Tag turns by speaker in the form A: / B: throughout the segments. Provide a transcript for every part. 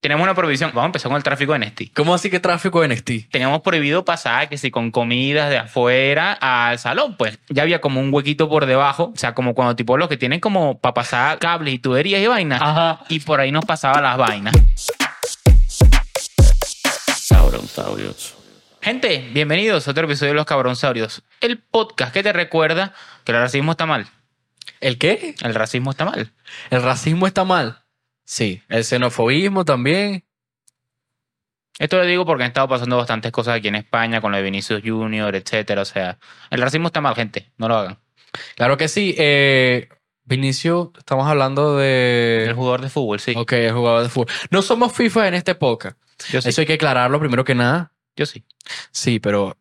A: tenemos una prohibición. Vamos a empezar con el tráfico de NST.
B: ¿Cómo así que tráfico de NXT?
A: Teníamos prohibido pasar, que si con comidas de afuera al salón, pues ya había como un huequito por debajo. O sea, como cuando tipo los que tienen como para pasar cables y tuberías y vainas. ah,
B: Ajá.
A: Y por ahí nos pasaban las vainas. Gente, bienvenidos a otro episodio de Los Cabronsaurios. El podcast que te recuerda que el racismo está mal.
B: ¿El qué?
A: El racismo está mal.
B: ¿El racismo está mal? Sí. ¿El xenofobismo también?
A: Esto lo digo porque han estado pasando bastantes cosas aquí en España con lo de Vinicius Junior, etcétera. O sea, el racismo está mal, gente. No lo hagan.
B: Claro que sí. Eh, Vinicio, estamos hablando
A: El
B: de...
A: jugador de fútbol, sí.
B: Ok, el jugador de fútbol. No somos FIFA en este podcast.
A: Yo sí.
B: Eso hay que aclararlo primero que nada.
A: Yo sí.
B: Sí, pero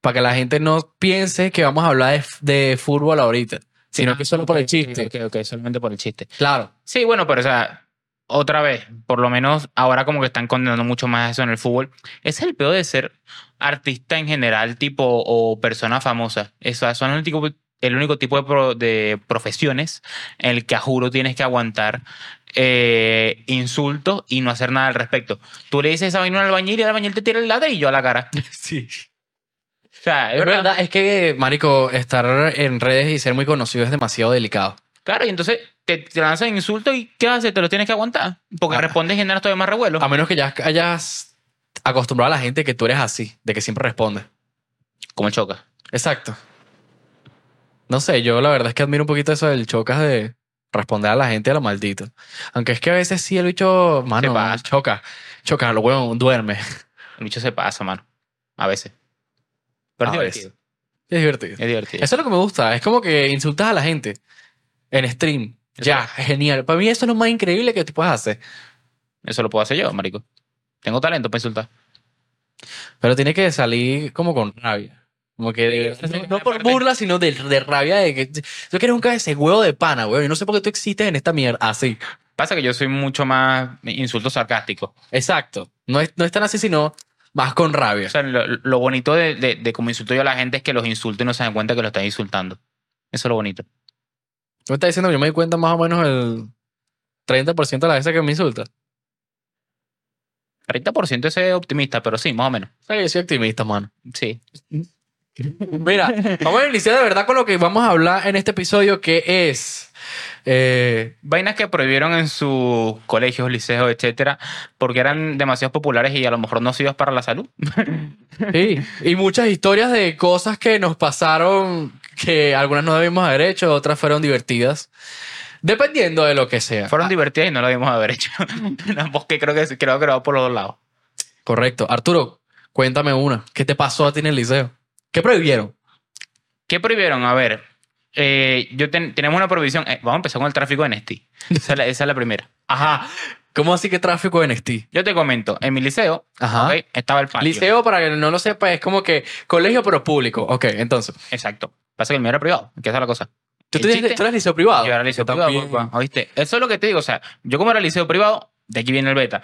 B: para que la gente no piense que vamos a hablar de, f- de fútbol ahorita, sino que solo por el
A: Ok,
B: chiste.
A: Ok, ok, solamente por el chiste.
B: Claro.
A: Sí, bueno, pero o sea, otra vez, por lo menos ahora como que están condenando mucho más eso en el fútbol. Ese es el peor de ser artista en general, tipo, o persona famosa. Eso son el, tipo- el único tipo de, pro- de profesiones en el que a juro tienes que aguantar eh, insultos y no hacer nada al respecto. Tú le dices esa vaina al albañil y el albañil te tira el ladrillo a la cara.
B: Sí.
A: O sea, es
B: Es
A: verdad.
B: verdad, es que, Marico, estar en redes y ser muy conocido es demasiado delicado.
A: Claro, y entonces te, te lanzan insultos y ¿qué haces? Te los tienes que aguantar. Porque
B: Ah.
A: respondes y generas todavía más revuelo.
B: A menos que ya hayas acostumbrado a la gente que tú eres así, de que siempre respondes.
A: Como choca.
B: Exacto. No sé, yo la verdad es que admiro un poquito eso del chocas de responder a la gente a lo maldito. Aunque es que a veces sí el bicho, mano,
A: pasa.
B: choca, choca, lo huevón, duerme.
A: El bicho se pasa, mano. A veces. Pero es
B: A
A: divertido.
B: Es divertido.
A: Es divertido.
B: Eso es lo que me gusta. Es como que insultas a la gente en stream. Ya, genial. Para mí eso es lo más increíble que tú puedes hacer.
A: Eso lo puedo hacer yo, marico. Tengo talento para insultar.
B: Pero tiene que salir como con rabia. Como que de-
A: Sí, sí,
B: no,
A: sí,
B: no por
A: aparte.
B: burla, sino de, de rabia de que tú quieres un ese huevo de pana, weón. Yo no sé por qué tú existes en esta mierda así.
A: Pasa que yo soy mucho más insulto sarcástico.
B: Exacto. No es, no es tan así, sino más con
A: O
B: rabia.
A: sea, lo, lo bonito de, de, de cómo insulto yo a la gente es que los insulto y no se dan cuenta que lo están insultando. Eso es lo bonito.
B: Tú me estás diciendo, yo me di cuenta más o menos el 30% de las veces que me insulta.
A: 30% ese es optimista, pero sí, más o menos.
B: O sea, que yo soy optimista, mano.
A: Sí.
B: Mira, vamos a iniciar de verdad con lo que vamos a hablar en este episodio, que es. eh,
A: Vainas que prohibieron en sus colegios, liceos, etcétera, porque eran demasiado populares y a lo mejor nocivas para la salud.
B: sí, y muchas historias de cosas que nos pasaron, que algunas no debimos haber hecho, otras fueron divertidas, dependiendo de lo que sea.
A: Fueron divertidas y no lo debimos haber hecho. Tampoco que creo que creo que va por los dos lados.
B: Correcto. Arturo, cuéntame una. ¿Qué te pasó a ti en el liceo? ¿Qué prohibieron?
A: ¿Qué prohibieron? A ver, eh, yo ten- tenemos una prohibición. eh, vamos a empezar con el tráfico de NST. Esa es, la, esa es la primera.
B: Ajá. ¿Cómo así que tráfico en NXT?
A: Yo te comento, en mi liceo
B: Ajá.
A: ok, estaba el patio.
B: Ah. Liceo, para que no lo sepa, es como que colegio pero público. Ok, entonces.
A: Exacto. Pasa que el mío era privado, que esa es la cosa.
B: ¿Tú,
A: El
B: tú eres-
A: chiste-
B: tú eres liceo privado?
A: Yo era liceo
B: Ah, Yo
A: privado,
B: también.
A: papá, ¿oíste? Eso es lo que te digo, o sea, yo como era liceo privado, de aquí viene el beta,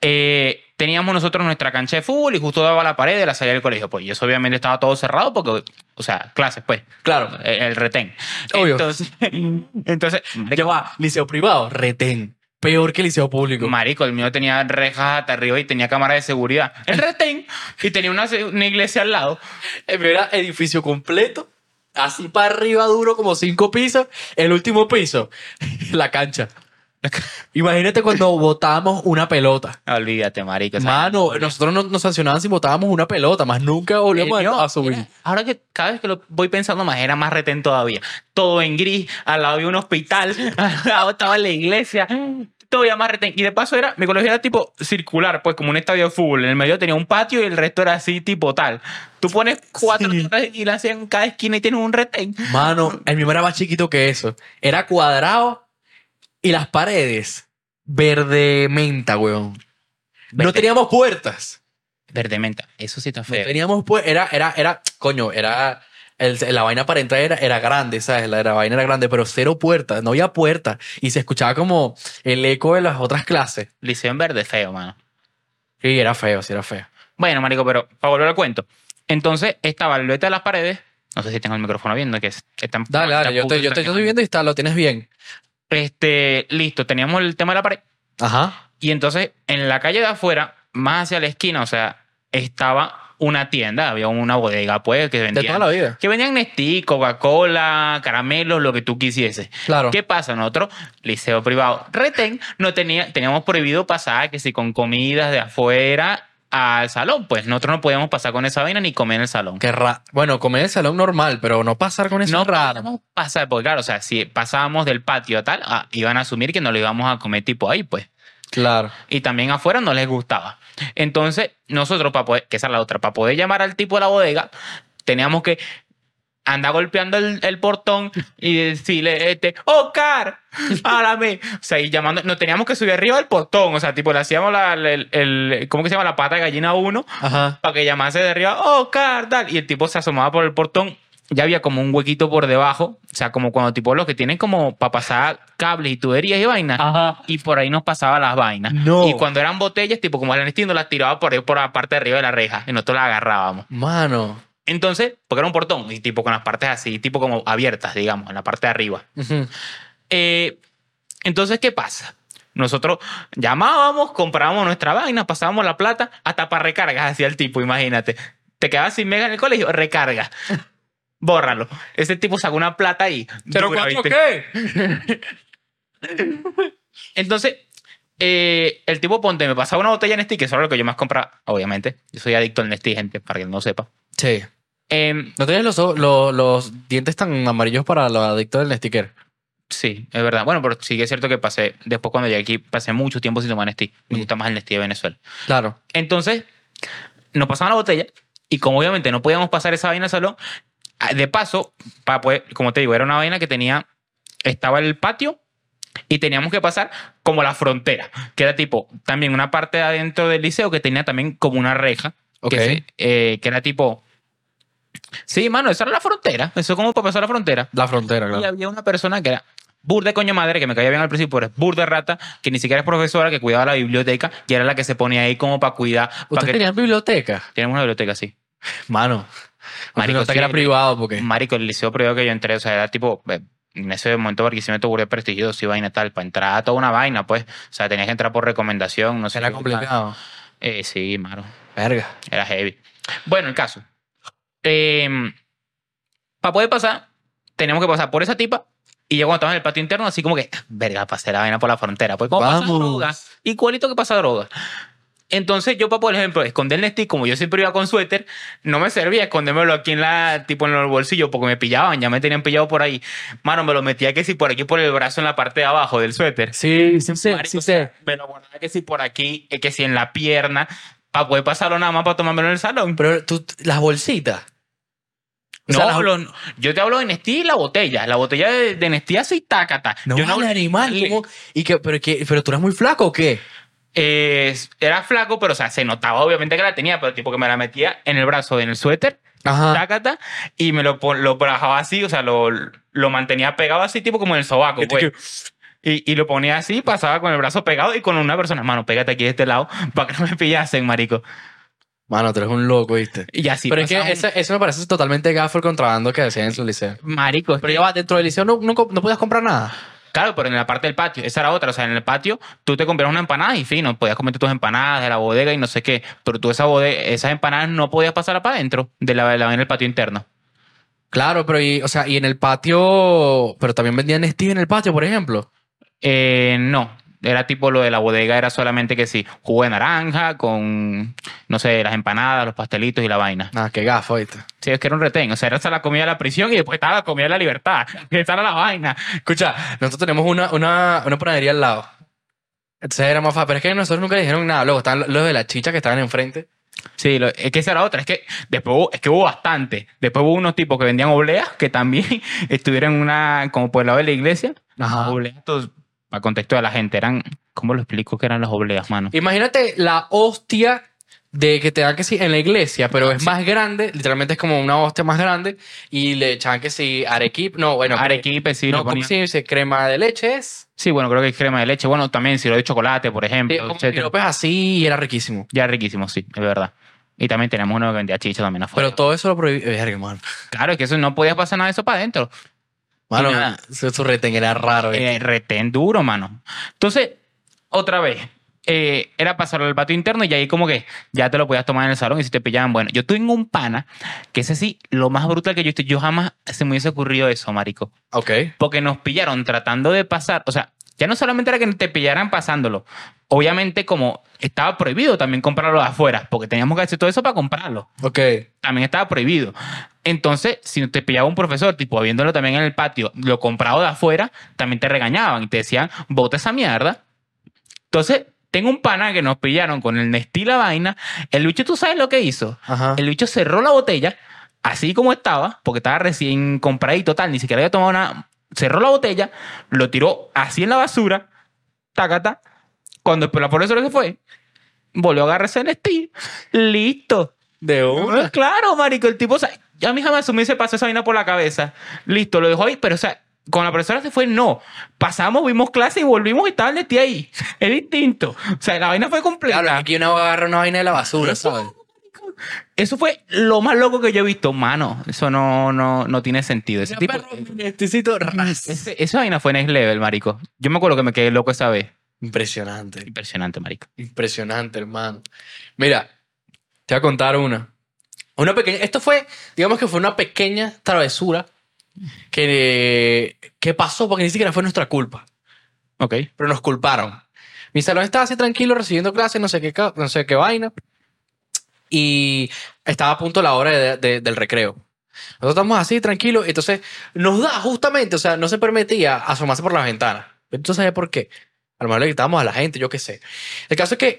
A: eh, teníamos nosotros nuestra cancha de fútbol y justo daba la pared de la salida del colegio, pues, y eso obviamente estaba todo cerrado porque, o sea, clases, pues,
B: Claro.
A: eh, el retén.
B: Obvio.
A: Entonces, entonces
B: Ya va, ah, liceo privado, retén. Peor que liceo público.
A: Marico, el mío tenía rejas hasta arriba y tenía cámaras de seguridad. El retén y tenía una, se- una iglesia al lado.
B: El primero era edificio completo, así para arriba duro, como cinco pisos. El último piso, la cancha. Imagínate cuando botábamos una pelota.
A: Ah, Olvídate, marico. o sea,
B: Mano, nosotros no- nos sancionaban si botábamos una pelota, más nunca
A: el
B: volvíamos
A: mío
B: pues, a- a subir.
A: era- ahora que cada vez que lo voy pensando más, era más retén todavía. Todo en gris, al lado había un hospital, al lado estaba la iglesia. Todavía más retén. Y de paso era, mi colegio era tipo circular, pues como un estadio de fútbol. En el medio tenía un patio y el resto era así, tipo tal. Tú pones cuatro
B: Sí.
A: torres y las en cada esquina y tienes un retén.
B: Mano, el mío era más chiquito que eso. Era cuadrado y las paredes verde menta, weón. No
A: Verde-
B: teníamos puertas.
A: Verde menta. Eso sí está feo.
B: Teníamos pues, era, era, era, coño, era, el- la vaina para entrar era, era grande, ¿sabes? La, la vaina era grande, pero cero puertas, no había puertas. Y se escuchaba como el eco de las otras clases.
A: Liceo en verde feo, mano.
B: Y era feo, sí, era feo.
A: Bueno, marico, pero para volver al cuento. Entonces, estaba el beta de las paredes. No sé si tengo el micrófono viendo, que es- están...
B: Dale, dale, yo te, yo te- yo estoy viendo y está, lo tienes bien.
A: Este, listo, teníamos el tema de la pared.
B: Ajá.
A: Y entonces en la calle de afuera, más hacia la esquina, o sea, estaba una tienda, había una bodega, pues, que
B: De toda
A: vendían,
B: la vida.
A: que vendían Nestí, Coca-Cola, caramelos, lo que tú quisieses.
B: Claro.
A: ¿Qué pasa? Nosotros, liceo privado, retén, no tenía, teníamos prohibido pasar, que si con comidas de afuera al salón, pues nosotros no podíamos pasar con esa vaina ni comer en el salón.
B: Qué ra- Bueno, comer en el salón normal, pero no pasar con eso
A: No
B: es raro.
A: podíamos pasar, porque claro, o sea, si pasábamos del patio a tal, ah, iban a asumir que no lo íbamos a comer tipo ahí, pues.
B: Claro.
A: y también afuera no les gustaba. Entonces, nosotros, para poder, que esa es la otra, para poder llamar al tipo de la bodega, teníamos que andar golpeando el, el portón y decirle, este, Oscar, álame. O sea, y llamando, nos teníamos que subir arriba del portón, o sea, tipo, le hacíamos la, la- el, el- ¿cómo que se llama? La pata de gallina a uno,
B: Ajá.
A: para que llamase de arriba, Oscar, tal. Y el tipo se asomaba por el portón. Ya había como un huequito por debajo, o sea, como cuando tipo los que tienen como para pasar cables y tuberías y vainas
B: Ajá.
A: y por ahí nos pasaba las vainas.
B: No.
A: Y cuando eran botellas, tipo como el instinto, las tiraba por ahí por la parte de arriba de la reja y nosotros las agarrábamos.
B: Mano.
A: Entonces, porque era un portón y tipo con las partes así, tipo como abiertas, digamos, en la parte de arriba.
B: Ujú.
A: Eh, entonces, ¿qué pasa? Nosotros llamábamos, comprábamos nuestra vaina, pasábamos la plata hasta para recargas, hacía el tipo, imagínate. Te quedabas sin mega en el colegio, recarga. Bórralo. Ese tipo sacó una plata ahí. dura, ¿viste?
B: qué?
A: Entonces, eh, el tipo ponte, me pasaba una botella Nestí, que eso era lo que yo más compraba, obviamente. Yo soy adicto al Nestí, gente, para que no sepa.
B: Sí.
A: Em,
B: ¿No tienes los, ojos- lo- los dientes tan amarillos para los adictos del sticker?
A: sí, es verdad. Bueno, pero sí que es cierto que pasé, después cuando llegué aquí, pasé mucho tiempo sin tomar Nestí. Me
B: Mm.
A: gusta más el Nestí de Venezuela.
B: Claro.
A: Entonces, nos pasaban la botella y como obviamente no podíamos pasar esa vaina al salón, ah, de paso, para poder, como te digo, era una vaina que tenía, estaba el patio y teníamos que pasar como la frontera, que era tipo también una parte de adentro del liceo que tenía también como una reja,
B: Ok.
A: que, se- eh, que era tipo... Sí, mano, esa era la frontera. Eso es como para pasar la frontera.
B: La frontera,
A: Y
B: claro.
A: había una persona que era burda de coño madre, que me caía bien al principio, pero es burda de rata, que ni siquiera es profesora, que cuidaba la biblioteca y era la que se ponía ahí como para cuidar. Para
B: ¿Ustedes
A: que...
B: tenían biblioteca?
A: Tenemos una biblioteca, sí.
B: Mano.
A: Marico,
B: Marico, que
A: sí,
B: era
A: de-
B: privado porque...
A: Marico, el liceo privado que yo entré, o sea, era tipo. eh, En ese momento, Barquisimeto burda de prestigioso y vaina tal. Para entrar a toda una vaina, pues. O sea, tenías que entrar por recomendación, no sé.
B: Era
A: qué.
B: complicado.
A: Eh, sí, maro.
B: Verga.
A: Era heavy. Bueno, el caso. Em, para poder pasar, teníamos que pasar por esa tipa. Y ya cuando estábamos en el patio interno, así como que, "Ah, verga, pasé la vaina por la frontera. Pues como pasa
B: Vamos.
A: droga. Igualito que pasa droga. Entonces yo, para por ejemplo, esconder el Nestí, como yo siempre iba con suéter, no me servía escondérmelo aquí en la, tipo en el bolsillo, porque me pillaban, ya me tenían pillado por ahí. Mano, me lo metía que si por aquí, por el brazo en la parte de abajo del suéter.
B: Sí, sí, sí,
A: Marico,
B: sí,
A: o sea, Me lo guardaba que si por aquí, eh, que si en la pierna, para poder pasarlo nada más para tomármelo en el salón.
B: Pero tú, las bolsitas. O
A: No,
B: sea, las-
A: los- yo te hablo de Nestí y la botella. La botella de, de Nestí así tácata.
B: No,
A: yo
B: vale, animal.
A: Dale.
B: ¿cómo? ¿Y que, pero, que, ¿Pero tú eras muy flaco o qué?
A: Eh, era flaco, pero o sea, se notaba obviamente que la tenía, pero tipo que me la metía en el brazo, en el suéter,
B: Ajá.
A: tácata, y me lo, pon- lo bajaba así, o sea, lo, lo mantenía pegado así, tipo como en el sobaco,
B: Este
A: pues. Y, y lo ponía así, pasaba con el brazo pegado y con una persona, mano, pégate aquí de este lado para que no me pillasen, marico.
B: Mano, tú eres un loco, ¿viste?
A: Y así.
B: pero es que
A: pasaba un-
B: ese- eso me parece totalmente gafo el contrabando que hacían en su liceo.
A: Marico, es
B: Pero
A: que-
B: ya va, dentro del liceo no, no, co- no podías comprar nada.
A: Claro, pero en la parte del patio, esa era otra. O sea, en el patio tú te comprabas una empanada y fino, podías comer tus empanadas de la bodega y no sé qué. Pero tú esa bodega, esas empanadas no podías pasar para adentro de la, de la- en el patio interno.
B: Claro, pero y, o sea, y en el patio, pero también vendían Steve en el patio, por ejemplo.
A: Eh, no. Era tipo lo de la bodega, era solamente que sí, jugo de naranja con, no sé, las empanadas, los pastelitos y la vaina.
B: Nada, Ah, qué gafo, ¿viste?
A: Sí, es que era un retén. O sea, era hasta la comida de la prisión y después estaba la comida de la libertad. Que esa era la vaina.
B: Escucha, nosotros tenemos una, una, una panadería al lado. Entonces era más fácil, pero es que nosotros nunca le dijeron nada. Luego están los de la chicha que estaban enfrente.
A: Sí, lo- es que esa era otra. Es que después hubo, es que hubo bastante. Después hubo unos tipos que vendían obleas que también estuvieron en una, como por el lado de la iglesia.
B: Ajá.
A: Obleas, entonces, para contexto de la gente, eran, ¿cómo lo explico que eran las obleas, mano?
B: Imagínate la hostia de que te dan que sí en la iglesia, pero es más grande, literalmente es como una hostia más grande y le echan que sí arequipe, no, bueno,
A: Arequipe, sí,
B: no,
A: lo
B: ¿cómo
A: ponían.
B: se dice? crema de leche es.
A: Sí, bueno, creo que hay crema de leche. Bueno, también sirve de chocolate, por
B: Sí,
A: ejemplo,
B: como
A: etcétera.
B: piropes pues así y era riquísimo.
A: Ya riquísimo, sí, es verdad. Y también tenemos uno que vendía chicha también afuera.
B: Pero todo eso lo prohibí. Verga, hermano.
A: claro, es que eso no podía pasar nada de eso para adentro.
B: Mano,
A: Y nada.
B: su, su retén era raro. ¿eh?
A: Eh, retén duro, mano. Entonces, otra vez, eh, era pasarlo al patio interno y ahí como que ya te lo podías tomar en el salón y si te pillaban, bueno, yo tengo un pana que ese sí, lo más brutal que yo estoy, yo jamás se me hubiese ocurrido eso, marico,
B: Ok.
A: porque nos pillaron tratando de pasar, o sea, ya no solamente era que te pillaran pasándolo, obviamente como estaba prohibido también comprarlo de afuera, porque teníamos que hacer todo eso para comprarlo
B: Ok.
A: también estaba prohibido. Entonces, si te pillaba un profesor, tipo, viéndolo también en el patio, lo comprado de afuera, también te regañaban y te decían, bota esa mierda. Entonces, tengo un pana que nos pillaron con el Nestí la vaina. El bicho, ¿tú sabes lo que hizo?
B: Ajá.
A: El bicho cerró la botella, así como estaba, porque estaba recién compradito, tal, ni siquiera había tomado nada. Cerró la botella, lo tiró así en la basura, tacata. Cuando la profesora se fue, volvió a agarrarse el Nestí, listo.
B: De
A: Ah, Claro, marico, el tipo, o sea, ya a mí jamás se me se pasó esa vaina por la cabeza. Listo, lo dejó ahí, pero o sea, con la profesora se fue, no. Pasamos, vimos clase y volvimos y estaba el tío ahí. Es distinto. O sea, la vaina fue
B: Claro,
A: completa.
B: aquí uno agarra una vaina de la basura, ¿sabes?
A: Eso fue lo más loco que yo he visto, mano. Eso no, no, no tiene sentido. Ese
B: Mira,
A: tipo,
B: perro, mira, este sitio, ras.
A: ese- esa vaina fue next level, marico. Yo me acuerdo que me quedé loco esa vez.
B: Impresionante.
A: Impresionante, marico.
B: Impresionante, hermano. Mira, te voy a contar una. Una pequeña. Esto fue, digamos que fue una pequeña travesura que, que pasó porque ni siquiera fue nuestra culpa.
A: Ok.
B: pero nos culparon. Mi salón estaba así tranquilo recibiendo clases, no sé qué, ca- no sé qué vaina. Y estaba a punto la hora de- de- del recreo. Nosotros estamos así tranquilos, entonces nos da justamente, o sea, no se permitía asomarse por las ventanas. Entonces, ¿sabes por qué? A lo mejor le gritábamos a la gente, yo qué sé. El caso es que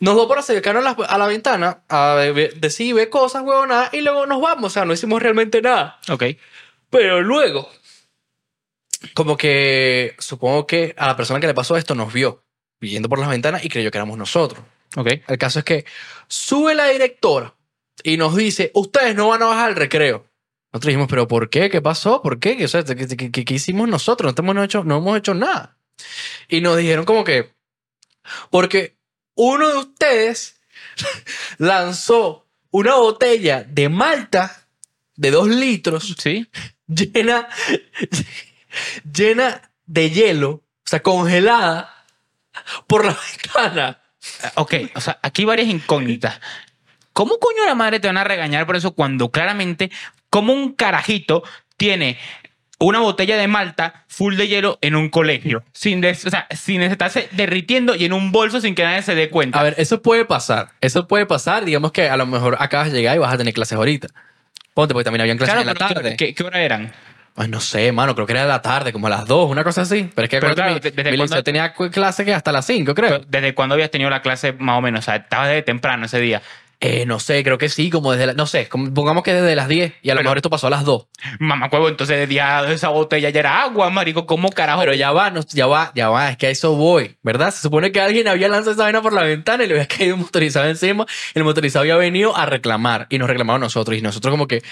B: nos dio por acercarnos a la, a la ventana, a ver- decir, ve cosas, huevonadas, y luego nos vamos, o sea, no hicimos realmente nada.
A: Ok.
B: Pero luego, como que supongo que a la persona que le pasó esto nos vio yendo por las ventanas y creyó que éramos nosotros.
A: Ok.
B: El caso es que sube la directora y nos dice, ustedes no van a bajar al recreo. Nosotros dijimos, pero ¿por qué? ¿Qué pasó? ¿Por qué? ¿Qué, o sea, ¿qué- qué- qué- qué hicimos nosotros? No, estamos- no hecho, no hemos hecho nada. Y nos dijeron como que, porque uno de ustedes lanzó una botella de malta de dos litros
A: Sí.
B: llena, llena de hielo, o sea, congelada por la ventana.
A: Ah, Ok, o sea, aquí hay varias incógnitas. ¿Cómo coño la madre te van a regañar por eso cuando claramente, como un carajito tiene una botella de malta full de hielo en un colegio? Sin, des- o sea, sin estarse derritiendo y en un bolso sin que nadie se dé cuenta.
B: A ver, eso puede pasar. Eso puede pasar. Digamos que a lo mejor acabas de llegar y vas a tener clases ahorita. Ponte, porque también habían clases
A: Claro,
B: en la
A: pero ¿qué-
B: tarde.
A: ¿qué, qué hora eran?
B: Ay, no sé, mano, creo que era de la tarde, como a las 2, una cosa así. Pero es que
A: Pero
B: acuérdate,
A: claro,
B: mi-
A: ¿de- desde
B: mi
A: cuándo-
B: liceo tenía cu- clase que hasta las 5, creo.
A: ¿Desde cuándo habías tenido la clase más o menos? O sea, estabas desde temprano ese día.
B: Eh, no sé, creo que sí, como desde la, No sé, como- pongamos que desde las 10 y a lo
A: Pero-
B: mejor esto pasó a las 2.
A: Mamá cuevo, entonces de día de esa botella ya era agua, marico. ¿Cómo carajo?
B: Pero ya va, no, ya va, ya va, es que a eso voy, ¿verdad? Se supone que alguien había lanzado esa vaina por la ventana y le había caído un motorizado encima. El motorizado había venido a reclamar y nos reclamaron nosotros. Y nosotros, como que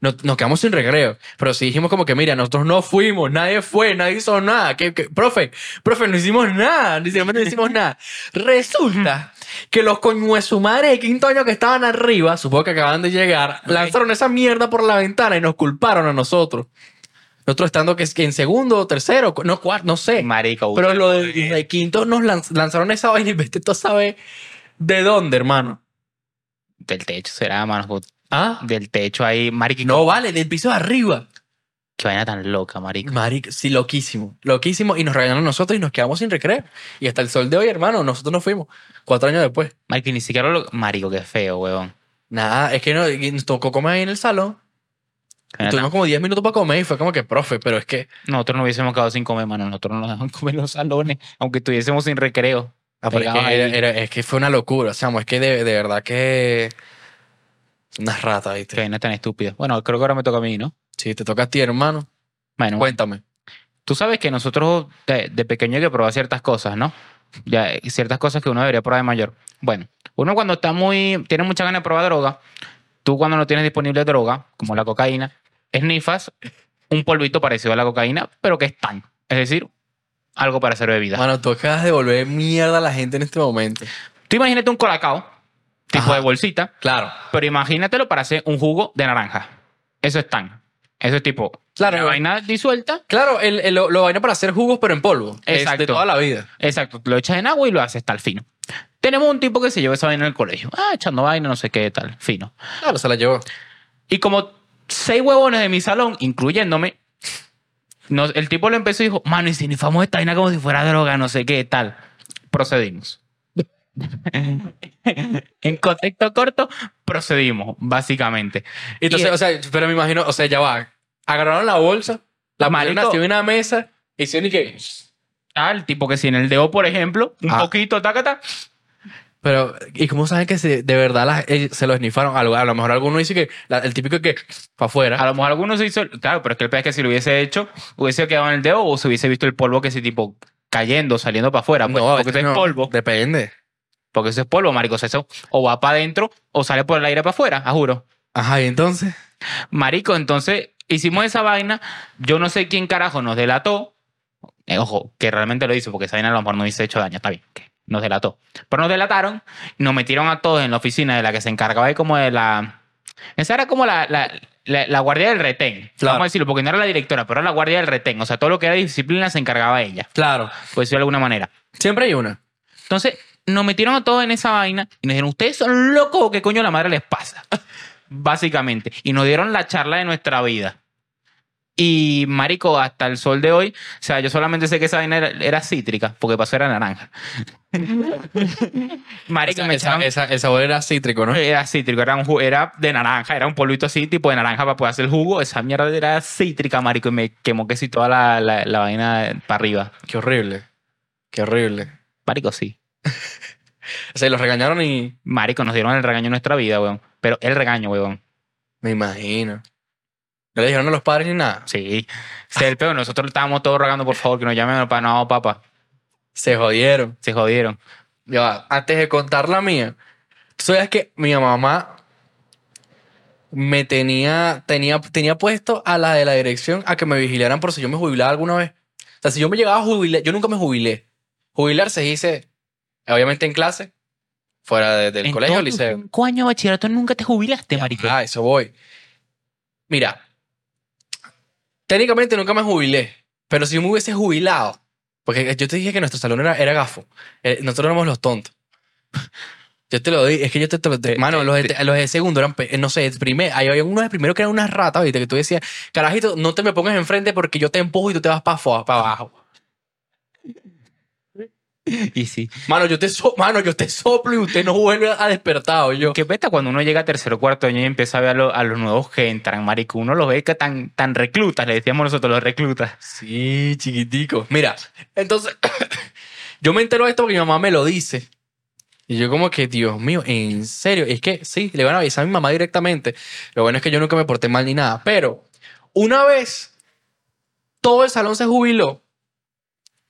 B: no- nos quedamos sin recreo. Pero sí dijimos, como que mira, nosotros no fuimos, nadie fue, nadie hizo nada. que profe, profe, no hicimos nada, literalmente no hicimos nada. Resulta que los coñuesumares de quinto año que estaban arriba, supongo que acaban de llegar, lanzaron esa mierda por la ventana y nos culparon a nosotros. Nosotros estando que, que en segundo o tercero, cu- no cuarto, no sé.
A: Marico,
B: Pero lo de, de quinto nos lanz- lanzaron esa vaina y vete tú a saber de dónde, hermano.
A: del techo será, mano.
B: Ah,
A: Del techo ahí, marico.
B: no vale, del piso de arriba.
A: Qué vaina tan loca, marico.
B: Marico, sí, loquísimo, loquísimo. Y nos regañaron nosotros y nos quedamos sin recreo. Y hasta el sol de hoy, hermano, nosotros nos fuimos. Cuatro años después.
A: Marico, y ni siquiera lo. Marico, qué feo, huevón.
B: Nada, es que no- y nos tocó comer ahí en el salón. Y tuvimos como 10 minutos para comer y fue como que, profe, pero es que.
A: Nosotros no hubiésemos quedado sin comer, mano. Nosotros no nos dejaban comer en los salones, aunque estuviésemos sin recreo.
B: Ah, pero es,
A: Pegados
B: que
A: ahí.
B: era- era- es que fue una locura, o sea, es que de, de verdad que. Unas ratas,
A: Qué
B: ¿viste?
A: vaina tan estúpida. Bueno, creo que ahora me toca a mí, ¿no?
B: Sí, te toca a ti, hermano.
A: Bueno,
B: Cuéntame.
A: tú sabes que nosotros de, de pequeño hay que probar ciertas cosas, ¿no? Ya, eh, ciertas cosas que uno debería probar de mayor. Bueno, uno cuando está muy. tiene mucha ganas de probar droga, tú cuando no tienes disponible droga, como la cocaína, esnifas un polvito parecido a la cocaína, pero que es tan. Es decir, algo para hacer bebida.
B: Mano, tú acabas de volver mierda a la gente en este momento.
A: Tú imagínate un colacao, tipo
B: Ajá.
A: de bolsita,
B: Claro.
A: pero imagínatelo para hacer un jugo de naranja. Eso es tan. Eso es tipo.
B: Claro.
A: La vaina disuelta.
B: Claro, el, el- lo, lo vaina para hacer jugos, pero en polvo. Es de
A: Exacto.
B: toda la vida.
A: Exacto. Lo echas en agua y lo haces tal fino. Tenemos un tipo que se llevó esa vaina al colegio. Ah, echando vaina, no sé qué, tal, fino.
B: Claro, se la llevó.
A: Y como seis huevones de mi salón, incluyéndome, nos- el tipo lo empezó y dijo, mano, y si ni famos esta vaina como si fuera droga, no sé qué, tal. Procedimos. en contexto corto, procedimos, básicamente.
B: Entonces,
A: Y-
B: o sea, pero me imagino, o sea, ya va. Agarraron la bolsa, la pusieron
A: Marico.
B: así en una mesa, y hicieron y que.
A: Tal, tipo que si en el dedo, por ejemplo, un
B: Ah.
A: poquito, tacata,
B: Pero, ¿y cómo saben que se- de verdad las- eh, se los nifaron? A lo, a lo mejor alguno dice que la- el típico que para
A: a
B: afuera.
A: lo mejor alguno se hizo, claro, pero es que el pez es que si lo hubiese hecho, hubiese quedado en el dedo o se hubiese visto el polvo que ese tipo cayendo, saliendo para afuera, pues, porque eso
B: no,
A: es polvo.
B: Depende.
A: Porque eso es polvo, marico. O sea, eso o va para adentro o sale por el aire para afuera, a juro.
B: Ajá, y entonces.
A: Marico, entonces hicimos esa vaina. Yo no sé quién carajo nos delató. Eh, ojo, que realmente lo hizo, porque esa vaina a lo mejor no hizo hecho daño. Está bien, que nos delató. Pero nos delataron, nos metieron a todos en la oficina de la que se encargaba de como de la... Esa era como la, la, la- la guardia del retén.
B: Claro.
A: Vamos a decirlo, porque no era la directora, pero era la guardia del retén. O sea, todo lo que era disciplina se encargaba ella,
B: Claro.
A: por decirlo de alguna manera.
B: Siempre hay una.
A: Entonces, nos metieron a todos en esa vaina y nos dijeron, ustedes son locos o qué coño la madre les pasa. Básicamente. Y nos dieron la charla de nuestra vida. Y, marico, hasta el sol de hoy, o sea, yo solamente sé que esa vaina era, era cítrica, porque pasó era naranja. marico,
B: Esa,
A: me
B: esa,
A: echaron...
B: esa- el sabor era cítrico, ¿no?
A: Era cítrico, era, un ju- era de naranja, era un polvito así, tipo de naranja para poder hacer el jugo. Esa mierda era cítrica, marico, y me quemó que si toda la, la- la vaina para arriba.
B: Qué horrible. Qué horrible.
A: Marico, sí.
B: O sea, y los regañaron y.
A: Marico, nos dieron el regaño de nuestra vida, weón. Pero el regaño, weón.
B: Me imagino. No le dijeron a los padres ni nada.
A: Sí. Ese es el peor. Nosotros estábamos todos rogando, por favor, que nos llamen para no, papá.
B: Se jodieron.
A: Se jodieron.
B: Ya va, Antes de contar la mía, tú sabes que mi mamá me tenía, tenía, tenía puesto a la de la dirección a que me vigilaran por si yo me jubilaba alguna vez. O sea, si yo me llegaba a jubilar, yo nunca me jubilé. Jubilar se dice, obviamente en clase, fuera de- del
A: En
B: colegio o
A: todos
B: liceo.
A: tus Cinco años de bachillerato nunca te jubilaste, marico.
B: Ah, eso voy. Mira, técnicamente nunca me jubilé, pero si yo me hubiese jubilado, porque yo te dije que nuestro salón era, era gafo, eh, nosotros éramos los tontos. Yo te lo dije, es que yo te, te lo
A: Te-
B: Mano, los, de- los de segundo eran, pe- no sé, primero, hay unos de primero que eran unas ratas, ¿viste? Que tú decías, carajito, no te me pongas enfrente porque yo te empujo y tú te vas para abajo.
A: Y sí.
B: Mano, yo te, so- mano, yo te soplo y usted no vuelve a despertar, yo.
A: Qué peta cuando uno llega a tercero cuarto año y empieza a ver a, lo- a los nuevos que entran, marico. Uno los ve que tan, tan reclutas, le decíamos nosotros, los reclutas.
B: Sí, chiquitico. Mira, entonces yo me entero de esto porque mi mamá me lo dice. Y yo como que, Dios mío, en serio, es que sí, le van a avisar a mi mamá directamente. Lo bueno es que yo nunca me porté mal ni nada, pero una vez todo el salón se jubiló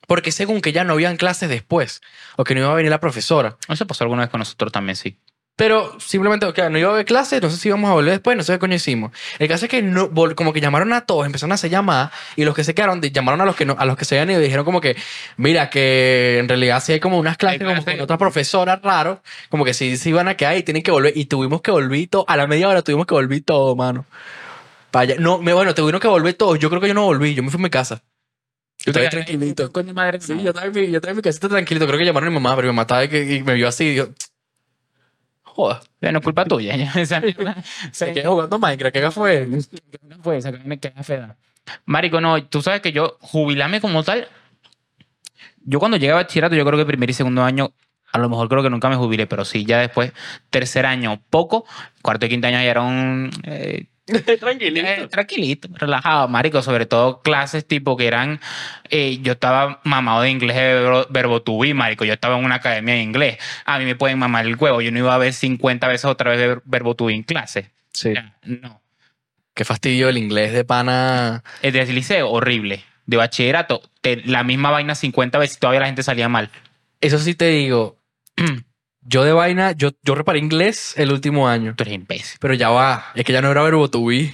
B: porque según que ya no habían clases después o que no iba a venir la profesora.
A: Eso pasó alguna vez con nosotros también, sí.
B: Pero simplemente, ok, no iba a haber clases, no sé si íbamos a volver después, no sé qué coño hicimos. El caso es que no, vol- como que llamaron a todos, empezaron a hacer llamadas y los que se quedaron de- llamaron a los que no, a los que se habían ido y dijeron como que, mira, que en realidad sí hay como unas clases
A: Hay
B: como
A: clases.
B: con otra profesora raro, como que sí se iban a quedar y tienen que volver y tuvimos que volver y todo, a la media hora tuvimos que volver todo, mano. Vaya, no, me, bueno, tuvieron que volver todos, yo creo que yo no volví, yo me fui a mi casa. Yo estaba tranquilito.
A: Con mi madre.
B: Sí, yo estaba en mi, yo estaba en mi casita tranquilito, creo que llamaron a mi mamá, pero mi mamá estaba de que- y me vio así y yo, joda.
A: Bueno, culpa tuya. ya, Esa mierda.
B: Se queda jugando Minecraft, ¿qué haga fue?
A: No fue esa que me queda fea. Marico, no, tú sabes que yo jubilarme como tal. Yo cuando llegué a bachillerato, yo creo que primer y segundo año, a lo mejor creo que nunca me jubilé, pero sí, ya después, tercer año, poco, cuarto y quinto año ya era un. eh, eh, tranquilito, relajado, marico, sobre todo clases tipo que eran, eh, yo estaba mamado de inglés de verbo, verbo to be, marico, yo estaba en una academia de inglés, a mí me pueden mamar el huevo, yo no iba a ver 50 veces otra vez ver- verbo to be en clase,
B: Sí.
A: Ya, no.
B: Qué fastidio el inglés de pana.
A: El del liceo, horrible. De bachillerato, te- la misma vaina 50 veces y todavía la gente salía mal.
B: Eso sí te digo. yo de vaina, yo, yo reparé inglés el último año.
A: Tú eres imbécil.
B: Pero ya va. Es que ya no era verbo to be.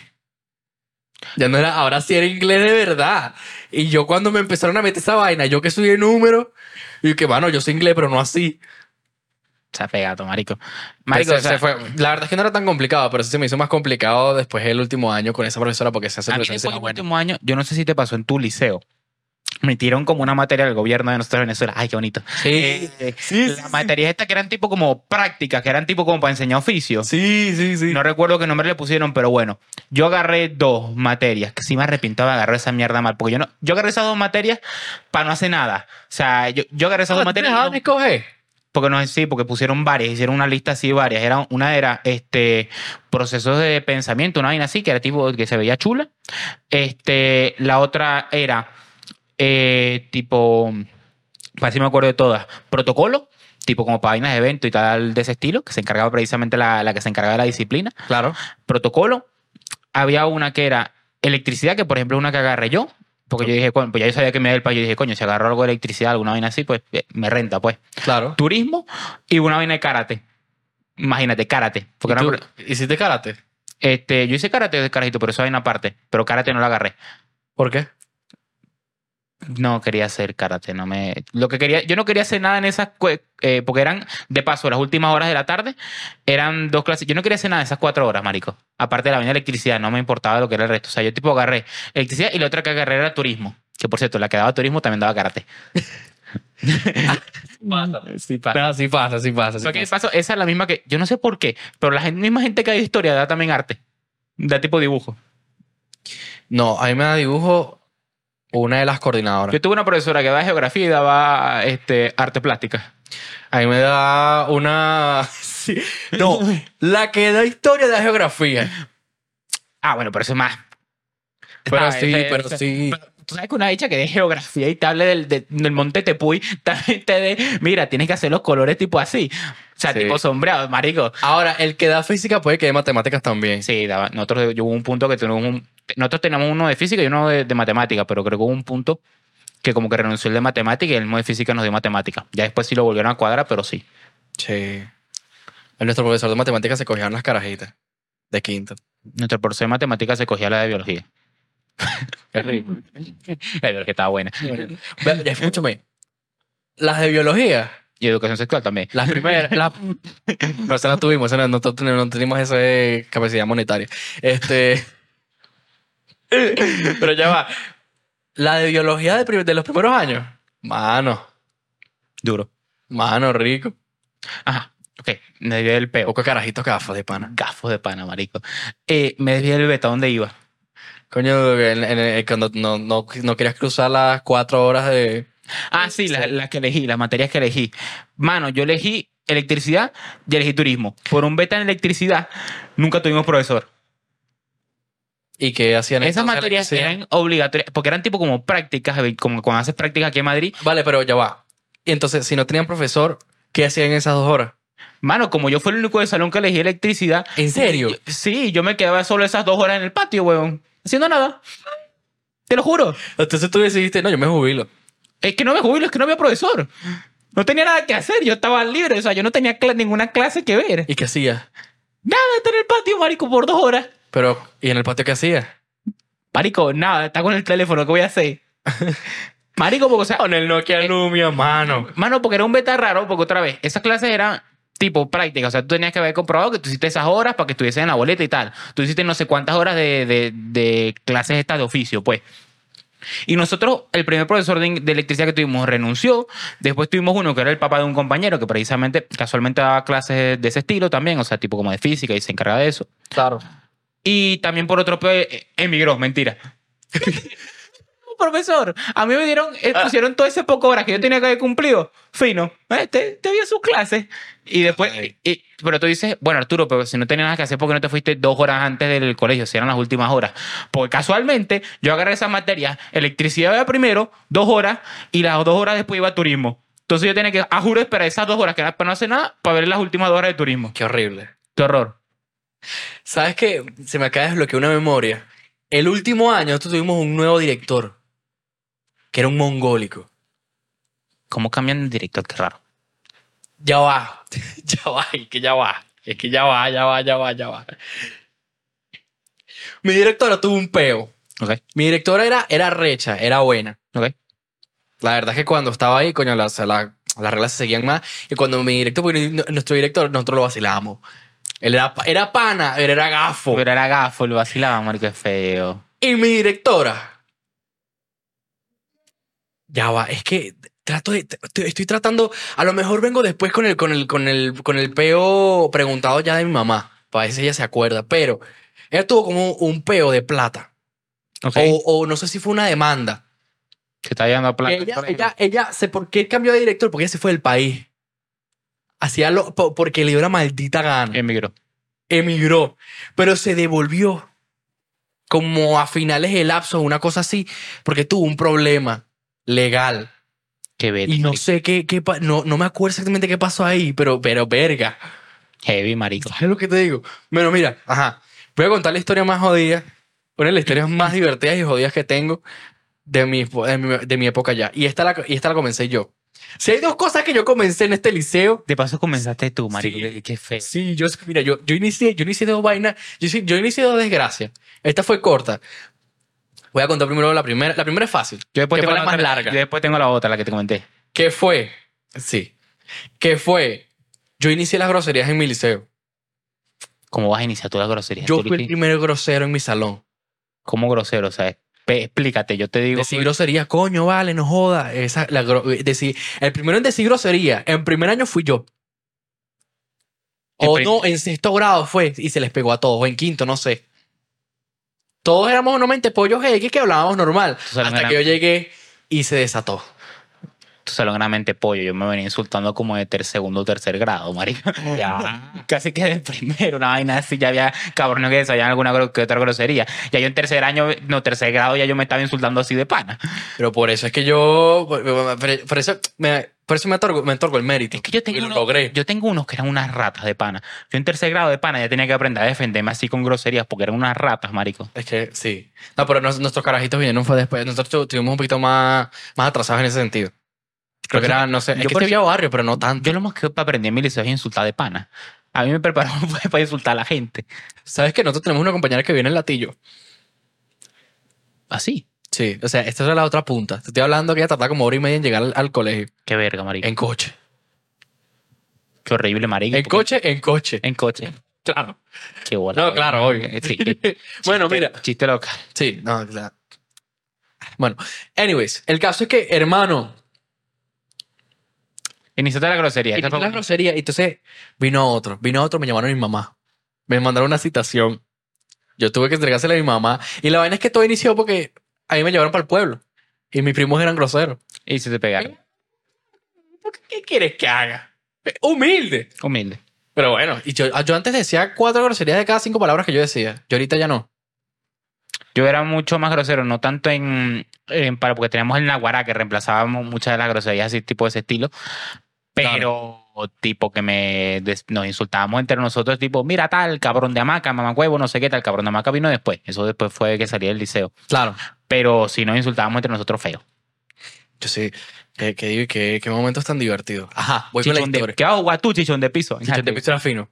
B: Ya no era, ahora sí era inglés de verdad. Y yo cuando me empezaron a meter esa vaina, yo que soy de número, y que, bueno, yo sé inglés, pero no así.
A: Se ha pegado, marico. Marico, o
B: Ese-
A: sea,
B: ese fue- La verdad es que no era tan complicado, pero sí se me hizo más complicado después del último año con esa profesora porque esa
A: a mí
B: profesora
A: después
B: era
A: del
B: buena.
A: último año, yo no sé si te pasó en tu liceo, metieron como una materia del gobierno de nosotros de Venezuela. Ay, qué bonito.
B: Sí.
A: Eh,
B: Sí,
A: las materias estas que eran tipo como prácticas, que eran tipo como para enseñar oficio.
B: sí, sí, sí.
A: No recuerdo qué nombre le pusieron, pero bueno, yo agarré dos materias, que sí me arrepiento de agarrar esa mierda mal, porque yo no, yo agarré esas dos materias para no hacer nada. O sea, yo, yo agarré esas
B: Ah,
A: dos materias
B: dejaban
A: no-
B: escoger?
A: porque no sí, porque pusieron varias, hicieron una lista así de varias. Era, una era este procesos de pensamiento, una vaina así, que era tipo que se veía chula. Este, la otra era eh, tipo, para si me acuerdo de todas, protocolo, tipo como para vainas de evento y tal de ese estilo, que se encargaba precisamente la, la que se encargaba de la disciplina
B: Claro.
A: protocolo. Había una que era electricidad, que por ejemplo es una que agarré yo. Porque yo dije, coño, pues ya yo sabía que me iba el país. Yo dije, coño, si agarro algo de electricidad, alguna vaina así, pues eh, me renta, pues.
B: Claro.
A: Turismo y una vaina de karate. Imagínate, karate. Porque
B: ¿Y
A: no
B: tú
A: me acuerdo-
B: ¿Hiciste karate?
A: este, yo hice karate de carajito, pero eso vaina aparte. Pero karate no lo agarré.
B: ¿Por qué?
A: No quería hacer karate, no me. Lo que quería, yo no quería hacer nada en esas. cue- eh, porque eran, de paso, las últimas horas de la tarde, eran dos clases. Yo no quería hacer nada en esas cuatro horas, marico. Aparte de la vaina de electricidad, no me importaba lo que era el resto. O sea, yo tipo agarré electricidad y la otra que agarré era turismo. Que por cierto, la que daba turismo también daba karate. sí, pasa.
B: No, Mm, sí pasa, sí pasa. sí
A: Pero que de paso,
B: pasa.
A: esa es la misma que. Yo no sé por qué, pero la gen- misma gente que da historia da también arte. Da tipo dibujo.
B: No, a mí me da dibujo una de las coordinadoras.
A: Yo tuve una profesora que daba geografía y daba este, arte plástica.
B: A mí me da una... Sí. No, la que da historia da geografía.
A: Ah, bueno, pero eso es más.
B: Pero
A: Ah,
B: sí,
A: ese-
B: pero
A: ese-
B: sí.
A: pero Tú sabes que una hecha que de geografía y te hable del, de- del monte Tepuy, también te de, mira, tienes que hacer los colores tipo así. O sea,
B: Sí.
A: tipo sombreado, marico.
B: Ahora, el que da física puede que dé matemáticas también.
A: Sí, daba- nosotros yo hubo un punto que tuvimos un- nosotros teníamos uno de física y uno de, de matemática, pero creo que hubo un punto que como que renunció el de matemática y el mismo de física nos dio matemática. Ya después sí lo volvieron a cuadrar, pero sí.
B: Sí. A nuestro profesor de matemáticas se cogían las carajitas de quinto.
A: Nuestro profesor de matemática se cogía la de biología.
B: Qué rico.
A: La de biología estaba buena.
B: Ve- ya, Escúchame. Las de biología,
A: Y educación sexual también.
B: las primeras. las- No, esa no tuvimos, esa no, no, tu- no tuvimos esa eh, capacidad monetaria. Este. Pero ya va. La de biología de, prim- de los primeros años. Mano,
A: Duro.
B: mano, rico. Eh,
A: Ajá. Ok, me dio el peo.
B: Poco carajito gafos de pana.
A: Gafos de pana, marico. Eh, me desvié del beta, ¿dónde iba?
B: Coño, en- en- en- cuando no, no, no querías cruzar las cuatro horas de.
A: Ah, sí, las las que elegí, las materias que elegí. Mano, yo elegí electricidad y elegí turismo. Por un beta en electricidad, nunca tuvimos profesor.
B: Y que hacían
A: Esas
B: entonces,
A: materias
B: sí.
A: eran obligatorias, porque eran tipo como prácticas, como cuando haces prácticas aquí en Madrid.
B: Vale, pero ya va. Y entonces, si no tenían profesor, ¿qué hacían en esas dos horas?
A: Mano, como yo fui el único del salón que elegí electricidad.
B: ¿En serio?
A: yo- sí, yo me quedaba solo esas dos horas en el patio, weón. Haciendo nada. Te lo juro.
B: Entonces tú decidiste, no, yo me jubilo.
A: Es que no me jubilo, es que no había profesor. No tenía nada que hacer, yo estaba libre, o sea, yo no tenía cla- ninguna clase que ver.
B: ¿Y qué hacías?
A: Nada, está en el patio, marico, por dos horas.
B: Pero, ¿y en el patio qué hacías?
A: Marico, nada, está con el teléfono, ¿qué voy a hacer? Marico, porque, o sea,
B: el Nokia Lumia, mano.
A: mano, porque era un beta raro, porque otra vez, esas clases eran tipo práctica, o sea, tú tenías que haber comprobado que tú hiciste esas horas para que estuviesen en la boleta y tal. Tú hiciste no sé cuántas horas de, de- de clases estas de oficio, pues. Y nosotros, el primer profesor de, de electricidad que tuvimos renunció. Después tuvimos uno que era el papá de un compañero que precisamente, casualmente daba clases de ese estilo también, o sea, tipo como de física y se encargaba de eso.
B: Claro.
A: Y también por otro peo, eh, emigró, mentira. Profesor, a mí me dieron, eh, pusieron todo ese poco horas que yo tenía que haber cumplido. Fino, eh, te, te vi en sus clases. Y después,
B: Ay.
A: y- pero tú dices, bueno, Arturo, pero si no tenías nada que hacer, ¿por qué no te fuiste dos horas antes del colegio? Si eran las últimas horas. Porque casualmente yo agarré esas materias, electricidad iba primero, dos horas, y las dos horas después iba turismo. Entonces yo tenía que, a juro, esperar esas dos horas que era para no hacer nada, para ver las últimas dos horas de turismo.
B: Qué horrible.
A: Qué horror.
B: ¿Sabes qué? Se me acaba de desbloquear una memoria. El último año nosotros tuvimos un nuevo director, que era un mongólico.
A: ¿Cómo cambian el director? Qué raro.
B: Ya va. ya va, es que ya va. Es que ya va, ya va, ya va, ya va. Mi directora tuvo un peo.
A: Ok,
B: Mi directora era, era recha, era buena.
A: ok.
B: La verdad es que cuando estaba ahí, coño, las, la- las reglas se seguían más. Y cuando mi director, porque no- nuestro director, nosotros lo vacilamos. Él era, pa- era pana, él era gafo.
A: Pero era gafo, lo vacilaba, marico, es feo.
B: Y mi directora Ya va, es que trato de, estoy, estoy tratando, a lo mejor vengo después con el, con el, con el, con el peo preguntado ya de mi mamá, para ver si ella se acuerda, pero ella tuvo como un peo de plata,
A: Ok.
B: o, o no sé si fue una demanda.
A: Se está llevando a plan.
B: Ella, ella, ella, sé por qué cambió de director, porque ella se fue del país. Hacía lo, po- porque le dio la maldita gana.
A: Emigró.
B: emigró, pero se devolvió como a finales del lapso, una cosa así, porque tuvo un problema legal.
A: Qué vete.
B: Y no sé qué, qué pa- no, no me acuerdo exactamente qué pasó ahí, pero, pero verga.
A: Heavy, marico.
B: ¿Sabes lo que te digo? Bueno, mira, ajá. Voy a contar la historia más jodida, una de las historias más divertidas y jodidas que tengo de mi, de mi, de mi época ya. Y esta, la, y esta la comencé yo. Si hay dos cosas que yo comencé en este liceo,
A: De paso comenzaste tú, marico.
B: Sí.
A: Qué- Qué feo.
B: Sí, yo, mira, yo, yo, inicié, yo inicié dos vainas, yo, hice- yo inicié dos desgracias. Esta fue corta. Voy a contar primero la primera. La primera es fácil.
A: Yo después
B: que
A: tengo
B: fue
A: la
B: la más
A: otra-
B: larga.
A: Yo después tengo la otra, la que te comenté.
B: ¿Qué fue? Sí. ¿Qué fue? Yo inicié las groserías en mi liceo.
A: ¿Cómo vas a iniciar tú las groserías?
B: Yo
A: Tú,
B: fui el
A: Luis,
B: primero grosero en mi salón.
A: ¿Cómo grosero? O sea, pe- explícate, yo te digo. pues,
B: Decir groserías, coño, vale, no joda. Esa, la, gro- decir, el primero en decir grosería, en primer año fui yo.
A: El
B: O
A: prim-
B: no, en sexto grado fue y se les pegó a todos, o en quinto, no sé. Todos éramos normalmente pollos X que hablábamos normal.
A: sea, no
B: hasta
A: era-
B: que yo llegué y se desató.
A: Tu salón era mente pollo. Yo me venía insultando como de ter segundo o tercer grado, marico.
B: Ya.
A: Casi que de primero, una vaina así. Ya había cabrones que sabían alguna gro- que otra grosería. Ya yo en tercer año, no, tercer grado, ya yo me estaba insultando así de pana.
B: Pero por eso es que yo. Por, por eso me, por eso me otorgo, me otorgo el mérito.
A: Es que yo tengo,
B: Y lo
A: unos,
B: logré.
A: Eh, yo tengo unos que eran unas ratas de pana. Yo en tercer grado de pana ya tenía que aprender a defenderme así con groserías porque eran unas ratas, marico.
B: Es que sí. No, pero nos- nuestros carajitos vinieron fue después. Nosotros tu- tuvimos un poquito más, más atrasados en ese sentido. Creo que era, no sé. Es
A: Yo
B: que
A: por
B: se
A: eso-
B: había barrio, pero no tanto.
A: Yo lo más que aprendí en mi liceo es insultar de pana. A mí me prepararon fue para insultar a la gente.
B: ¿Sabes que nosotros tenemos una compañera que viene en latillo?
A: Así.
B: Sí. O sea, esta era la otra punta. Te estoy hablando que ella tardaba como hora y media en llegar al, al colegio.
A: Qué verga, marico.
B: En coche.
A: Qué horrible, marico.
B: En
A: porque-
B: coche, en coche.
A: En coche.
B: Claro.
A: Qué bola.
B: No, claro, obvio.
A: Sí.
B: bueno,
A: Chiste-
B: mira.
A: Chiste loca.
B: Sí, no, claro. Bueno, anyways, el caso es que, hermano,
A: Iniciaste la grosería.
B: y
A: Esta
B: la
A: fue-
B: grosería, y entonces vino otro, vino otro, me llamaron mi mamá. Me mandaron una citación. Yo tuve que entregársela a mi mamá. Y la vaina es que todo inició porque a mí me llevaron para el pueblo. Y mis primos eran groseros.
A: Y se te pegaron.
B: ¿Qué- ¿Qué quieres que haga? Humilde.
A: Humilde.
B: Pero bueno, y yo, ah, yo antes decía cuatro groserías de cada cinco palabras que yo decía. Yo ahorita ya no.
A: Yo era mucho más grosero, no tanto en, en para porque teníamos el Naguará que reemplazábamos muchas de las groserías así tipo de ese estilo, pero tipo que me des- nos insultábamos entre nosotros tipo, mira tal cabrón de hamaca, mamá huevo, no sé qué tal, cabrón de hamaca vino después, eso después fue que salí del liceo,
B: Claro.
A: pero si nos insultábamos entre nosotros feo.
B: Yo sí. ¿Qué, qué, qué, qué momentos tan divertidos. Ajá, voy con
A: Chichón
B: la
A: de,
B: historia.
A: ¿Qué hago, guatú, chichón de piso?
B: Chichón de piso era fino.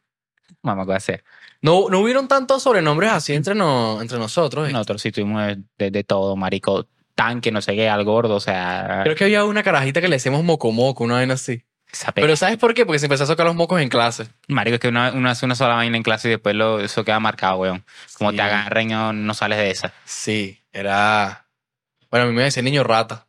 A: Mamá, ¿qué va a hacer?
B: No, no hubieron tantos sobrenombres así entre, no, entre nosotros. eh.
A: Nosotros sí tuvimos de, de- de todo, marico, tanque, no sé qué, al gordo, o sea,
B: Eh, Creo que había una carajita que le decíamos moco moco, una vaina así.
A: esa pe-
B: Pero ¿sabes por qué? Porque se empezó a sacar los mocos en clase.
A: Marico, es que uno, uno hace una sola vaina en clase y después lo, eso queda marcado, weón. Como
B: Sí.
A: te agarren, no, no sales de esa.
B: Sí, era... Bueno, a mí me decía niño rata.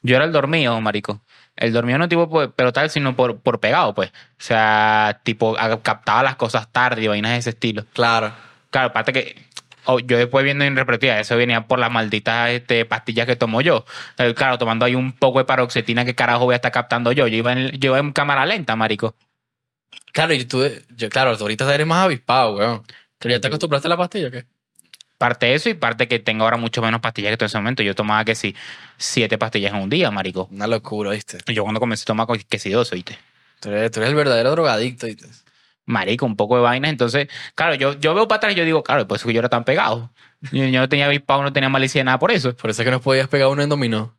A: Yo era el dormido, marico. El dormido no tipo por- pero tal, sino por, por pegado, pues. O sea, tipo, a- captaba las cosas tarde y vainas de ese estilo.
B: Claro.
A: Claro, aparte que oh, yo después viendo en retrospectiva, eso venía por las malditas este, pastillas que tomo yo. Eh, Claro, tomando ahí un poco de paroxetina que carajo voy a estar captando yo. Yo iba en, yo iba en cámara lenta, marico.
B: Claro, y tú, yo, claro, tú ahorita eres más avispado, weón. ¿Pero ya te acostumbraste a la pastilla o qué?
A: Parte de eso y parte que tengo ahora mucho menos pastillas que tú en ese momento. Yo tomaba que sí, siete pastillas en un día, marico.
B: Una locura, ¿viste?
A: Yo cuando comencé a tomar co- que si dos, ¿oíste?
B: Tú eres, tú eres el verdadero drogadicto, ¿viste?
A: Marico, un poco de vainas. Entonces, claro, yo, yo veo para atrás y yo digo, claro, por eso que yo era tan pegado. Yo, yo no tenía avispado, no tenía malicia, nada por eso.
B: Por eso es que nos podías pegar uno en dominó.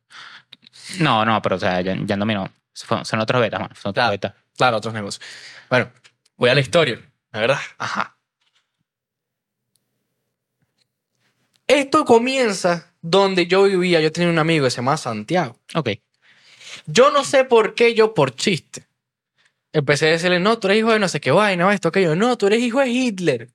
A: No, no, pero o sea, ya, ya no me no. Son, son otras betas, mano. Son otras
B: Claro.
A: betas.
B: Claro, otros negocios. Bueno, voy a la historia, la verdad. Ajá. Esto comienza donde yo vivía. Yo tenía un amigo que se llamaba Santiago.
A: Ok.
B: Yo no sé por qué yo por chiste. Empecé a decirle, no, tú eres hijo de no sé qué vaina, esto, aquello. No, tú eres hijo de Hitler.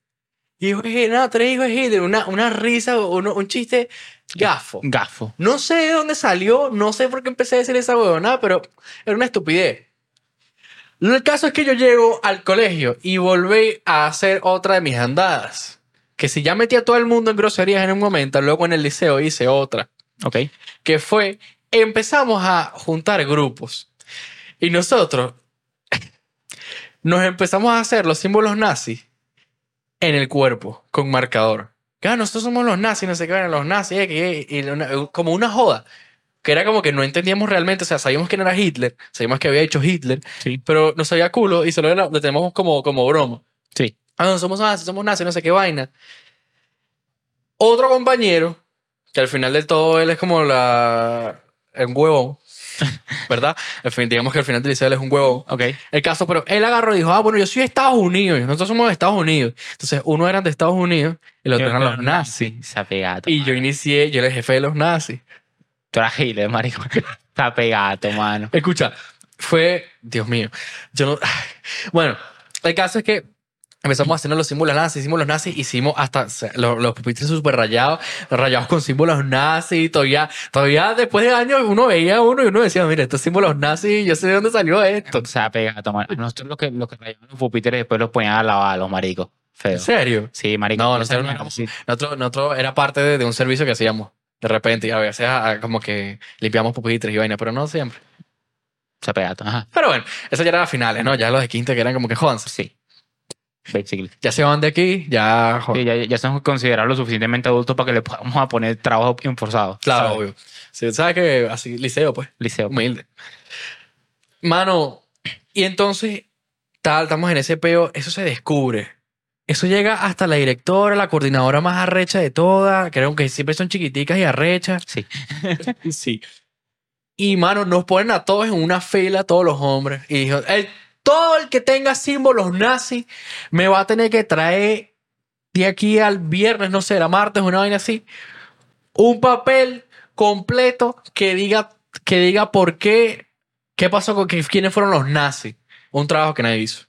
B: Hijo de Hitler, no, tres hijos de Hitler. Una, una risa, uno- un chiste gafo.
A: Gafo.
B: No sé de dónde salió, no sé por qué empecé a decir esa huevonada, pero era una estupidez. El caso es que yo llego al colegio y volví a hacer otra de mis andadas. Que si ya metí a todo el mundo en groserías en un momento, luego en el liceo hice otra.
A: Ok.
B: Que fue, empezamos a juntar grupos. Y nosotros nos empezamos a hacer los símbolos nazis en el cuerpo, con marcador. Que, ah, nosotros somos los nazis, no sé qué eran los nazis, eh, que- y una- como una joda. Que era como que no entendíamos realmente, o sea, sabíamos quién era Hitler, sabíamos que había hecho Hitler,
A: Sí.
B: pero no sabía culo y solo era- lo tenemos como, como broma.
A: Sí.
B: Ah, no, somos nazis, somos nazis, no sé qué vaina. Otro compañero, que al final de todo él es como la... un huevón, ¿verdad? Al fin, digamos que al final del liceo él es un huevón.
A: Ok.
B: El caso, pero él agarró y dijo, ah, bueno, yo soy de Estados Unidos, nosotros somos de Estados Unidos. Entonces, uno eran de Estados Unidos y los otros eran los nazis.
A: Está pegado.
B: Y yo inicié, yo era el jefe de los nazis.
A: Tú eras Hitler, marico. Está pegado, mano.
B: Escucha, fue, Dios mío, yo no... Bueno, el caso es que empezamos a hacer los símbolos nazis, hicimos los nazis, hicimos hasta o sea, los, los pupitres súper rayados, rayados con símbolos nazis, todavía, todavía después de años uno veía uno y uno decía, mira, estos símbolos nazis, yo sé de dónde salió esto.
A: Está pegado, mano. Nosotros los que, los que rayaban los pupitres después los ponían a lavar a los maricos. Feo.
B: ¿En serio?
A: Sí, marico.
B: No,
A: Yo
B: nosotros
A: sabía,
B: no éramos-
A: sí.
B: Nosotros, nosotros era parte de, de un servicio que hacíamos de repente y a veces a- a- como que limpiamos pupitres y vaina, pero no siempre.
A: Está pegado. Ajá.
B: Pero bueno, eso ya era las finales, ¿no? Ya los de quinta que eran como que jodanse.
A: Sí. Basically.
B: Ya se van de aquí, ya jodan.
A: Sí, ya, ya son considerados lo suficientemente adultos para que le podamos a poner trabajo inforzado.
B: Claro,
A: ¿sabes?
B: obvio. Sí, ¿Sabes que Así, liceo, pues.
A: Liceo.
B: Humilde. Mano, y entonces, tal, estamos en ese peo, eso se descubre. Eso llega hasta la directora, la coordinadora más arrecha de todas, que aunque siempre son chiquiticas y arrechas.
A: Sí.
B: sí. Y, mano, nos ponen a todos en una fila, todos los hombres. Y dijo, "El- todo el que tenga símbolos nazis me va a tener que traer de aquí al viernes, no sé, era martes, una vaina así, un papel completo que diga, que diga por qué, qué pasó con que- quiénes fueron los nazis. Un trabajo que nadie hizo.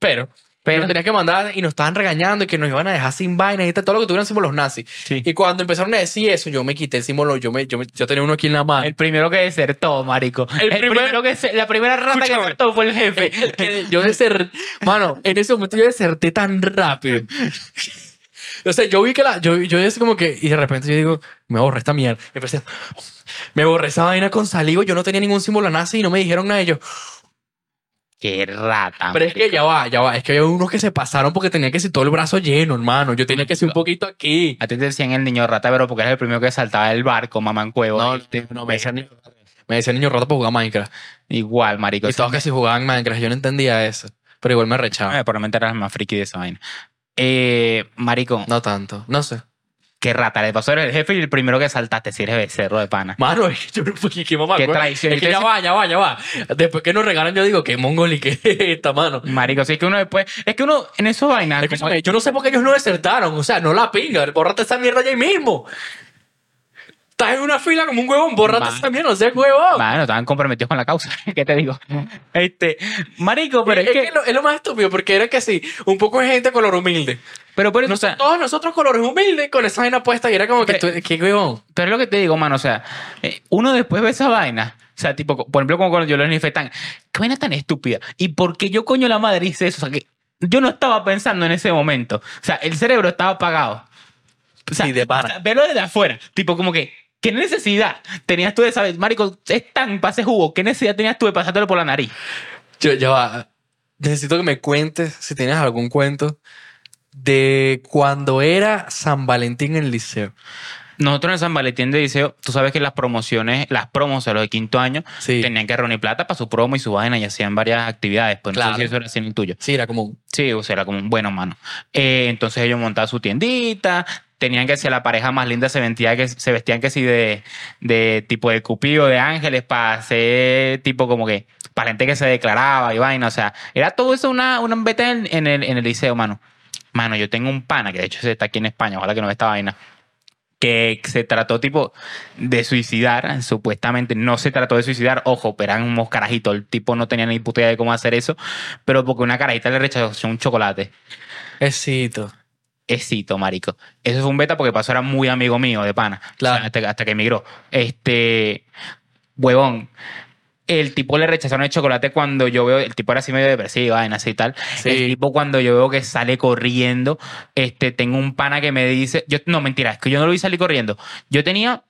B: Pero, pero
A: Pero,
B: tenías que mandar y nos estaban regañando y que nos iban a dejar sin vainas y tal, todo lo que tuvieran símbolos nazis.
A: sí.
B: Y cuando empezaron a decir eso, yo me quité el símbolo, yo, me, yo, me- yo tenía uno aquí en la mano.
A: El primero que desertó, marico. El,
B: primero-
A: primero que se- la primera rata que
B: Escúchame. Eh,
A: desertó fue el jefe.
B: yo deserté, mano, en ese momento yo deserté tan rápido. O sea, yo vi que la, yo, yo es como que, y de repente yo digo, me borré esta mierda. Me, empecé- me borré esa vaina con saliva, yo no tenía ningún símbolo nazi y no me dijeron nada de ellos.
A: Qué rata.
B: Pero es que ya va, ya va, es que había unos que se pasaron porque tenía que ser todo el brazo lleno, hermano. Yo tenía que ser un poquito aquí.
A: A ti te decían el niño rata, pero porque eres el primero que saltaba del barco, mamá en cuevo.
B: No,
A: Este,
B: no, me decían niño Me decían niño roto para jugar Minecraft.
A: Igual, marico.
B: Y todos que si jugaban Minecraft, yo no entendía eso. Pero igual me rechaba.
A: Eh, probablemente eras el más friki de esa vaina. Eh, marico,
B: No tanto, no sé.
A: qué rata. Le pasó eres el jefe y el primero que saltaste, si eres becerro de pana.
B: Mano, es que yo no que, que mamá,
A: Qué
B: güey.
A: traición.
B: Es que ya va, ya va, ya va. Después que nos regalan, yo digo que mongol y que es esta mano.
A: Marico, sí, es que uno después. Es que uno en eso vaina. como-
B: Escúchame, yo no sé por qué ellos no desertaron. O sea, no la pinga. Borrate esa mierda ya ahí mismo. Estás en una fila como un huevón. Borrate
A: Mano.
B: esa mierda, no seas huevón.
A: Bueno, estaban comprometidos con la causa. ¿Qué te digo? Este, marico, pero es, que,
B: lo, es lo más estúpido porque era que sí, un poco de gente color humilde.
A: pero por eso,
B: No
A: o sea,
B: sé, todos nosotros colores humildes con esa vaina puesta y era como que,
A: Pero-
B: tú- qué huevón.
A: pero es lo que te digo, mano, o sea, eh, uno después ve esa vaina, o sea, tipo, co- por ejemplo, como cuando yo lo nifé tan, qué vaina tan estúpida, y por qué yo coño la madre hice eso, o sea, que yo no estaba pensando en ese momento, o sea, el cerebro estaba apagado. O sea,
B: Sí, de pana.
A: o sea, velo desde afuera, tipo, como que, ¿qué necesidad tenías tú de saber, marico, es tan pase jugo, qué necesidad tenías tú de pasártelo por la nariz?
B: Yo, ya va. Necesito que me cuentes si tienes algún cuento de cuando era San Valentín en el liceo.
A: Nosotros en San Valentín de Liceo, tú sabes que las promociones, las promos a los de quinto año,
B: Sí.
A: tenían que reunir plata para su promo y su vaina y hacían varias actividades. Pues no
B: Claro.
A: sé si eso era así en el tuyo.
B: Sí, era común.
A: Sí, o sea, era como un bueno mano. Eh, entonces ellos montaban su tiendita, tenían que ser la pareja más linda, se vestían que, se vestían que sí de, de tipo de cupido, de ángeles, para hacer tipo como que, para gente que se declaraba y vaina. O sea, era todo eso una, una beta en, en el, en el liceo, mano. Mano, yo tengo un pana, que de hecho ese está aquí en España, ojalá que no vea esta vaina. Que se trató tipo de suicidar, supuestamente no se trató de suicidar, ojo, pero eran unos carajitos, el tipo no tenía ni puta idea de cómo hacer eso, pero porque una carajita le rechazó un chocolate.
B: Éxito.
A: Esito, marico. Eso fue un beta porque pasó era muy amigo mío de pana.
B: Claro.
A: O sea, hasta, que- hasta que emigró. Este. Huevón. El tipo le rechazaron el chocolate cuando yo veo. El tipo era así medio depresivo, vaina, así y tal.
B: Sí.
A: El tipo cuando yo veo que sale corriendo. Este, tengo un pana que me dice. Yo, no, mentira, es que yo no lo vi salir corriendo. Yo tenía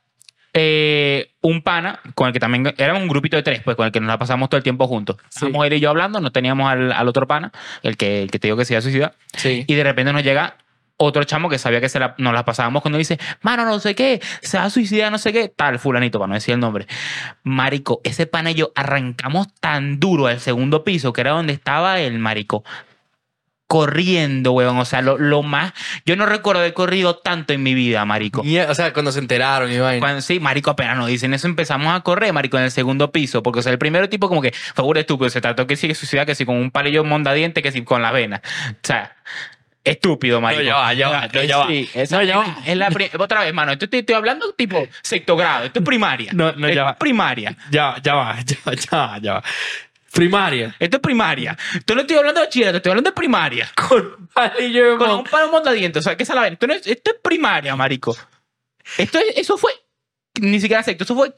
A: eh, un pana con el que también éramos un grupito de tres, pues con el que nos la pasamos todo el tiempo juntos. Estábamos él y yo hablando, no teníamos al, al otro pana, el que, el que te digo que se iba a suicidar.
B: Sí.
A: Y de repente nos llega otro chamo que sabía que se la- nos la pasábamos cuando dice, mano, no sé qué, se va a suicidar, no sé qué, tal, fulanito, para no decir el nombre. Marico, ese pana y yo arrancamos tan duro al segundo piso, que era donde estaba el marico. Corriendo, weón. O sea, lo, lo más. Yo no recuerdo haber corrido tanto en mi vida, marico.
B: Mie- o sea, cuando se enteraron y vaina.
A: Cuando- sí, marico, apenas nos dicen eso, empezamos a correr, marico, en el segundo piso. Porque, o sea, el primero tipo como que, favor estúpido, se trató que sigue suicida, que si con un palillo mondadiente, que si con las venas. O sea, estúpido, marico.
B: ya va, ya va, no, ya va.
A: Sí, esa-
B: No, ya va.
A: es la pri- Otra vez, mano, esto te estoy hablando tipo sexto grado, esto es primaria.
B: Eh. No, no, ya
A: Esto
B: va.
A: es primaria.
B: Ya, ya va, ya va, ya va, ya va. Primaria.
A: Esto es primaria. Tú no estoy hablando de bachillerato, estoy hablando de primaria.
B: Con palillo de
A: Con un
B: mon-
A: palo mondadiente, o sea, que esa la ven. Esto, no es, esto es primaria, marico. Esto es- eso fue ni siquiera sexto, eso fue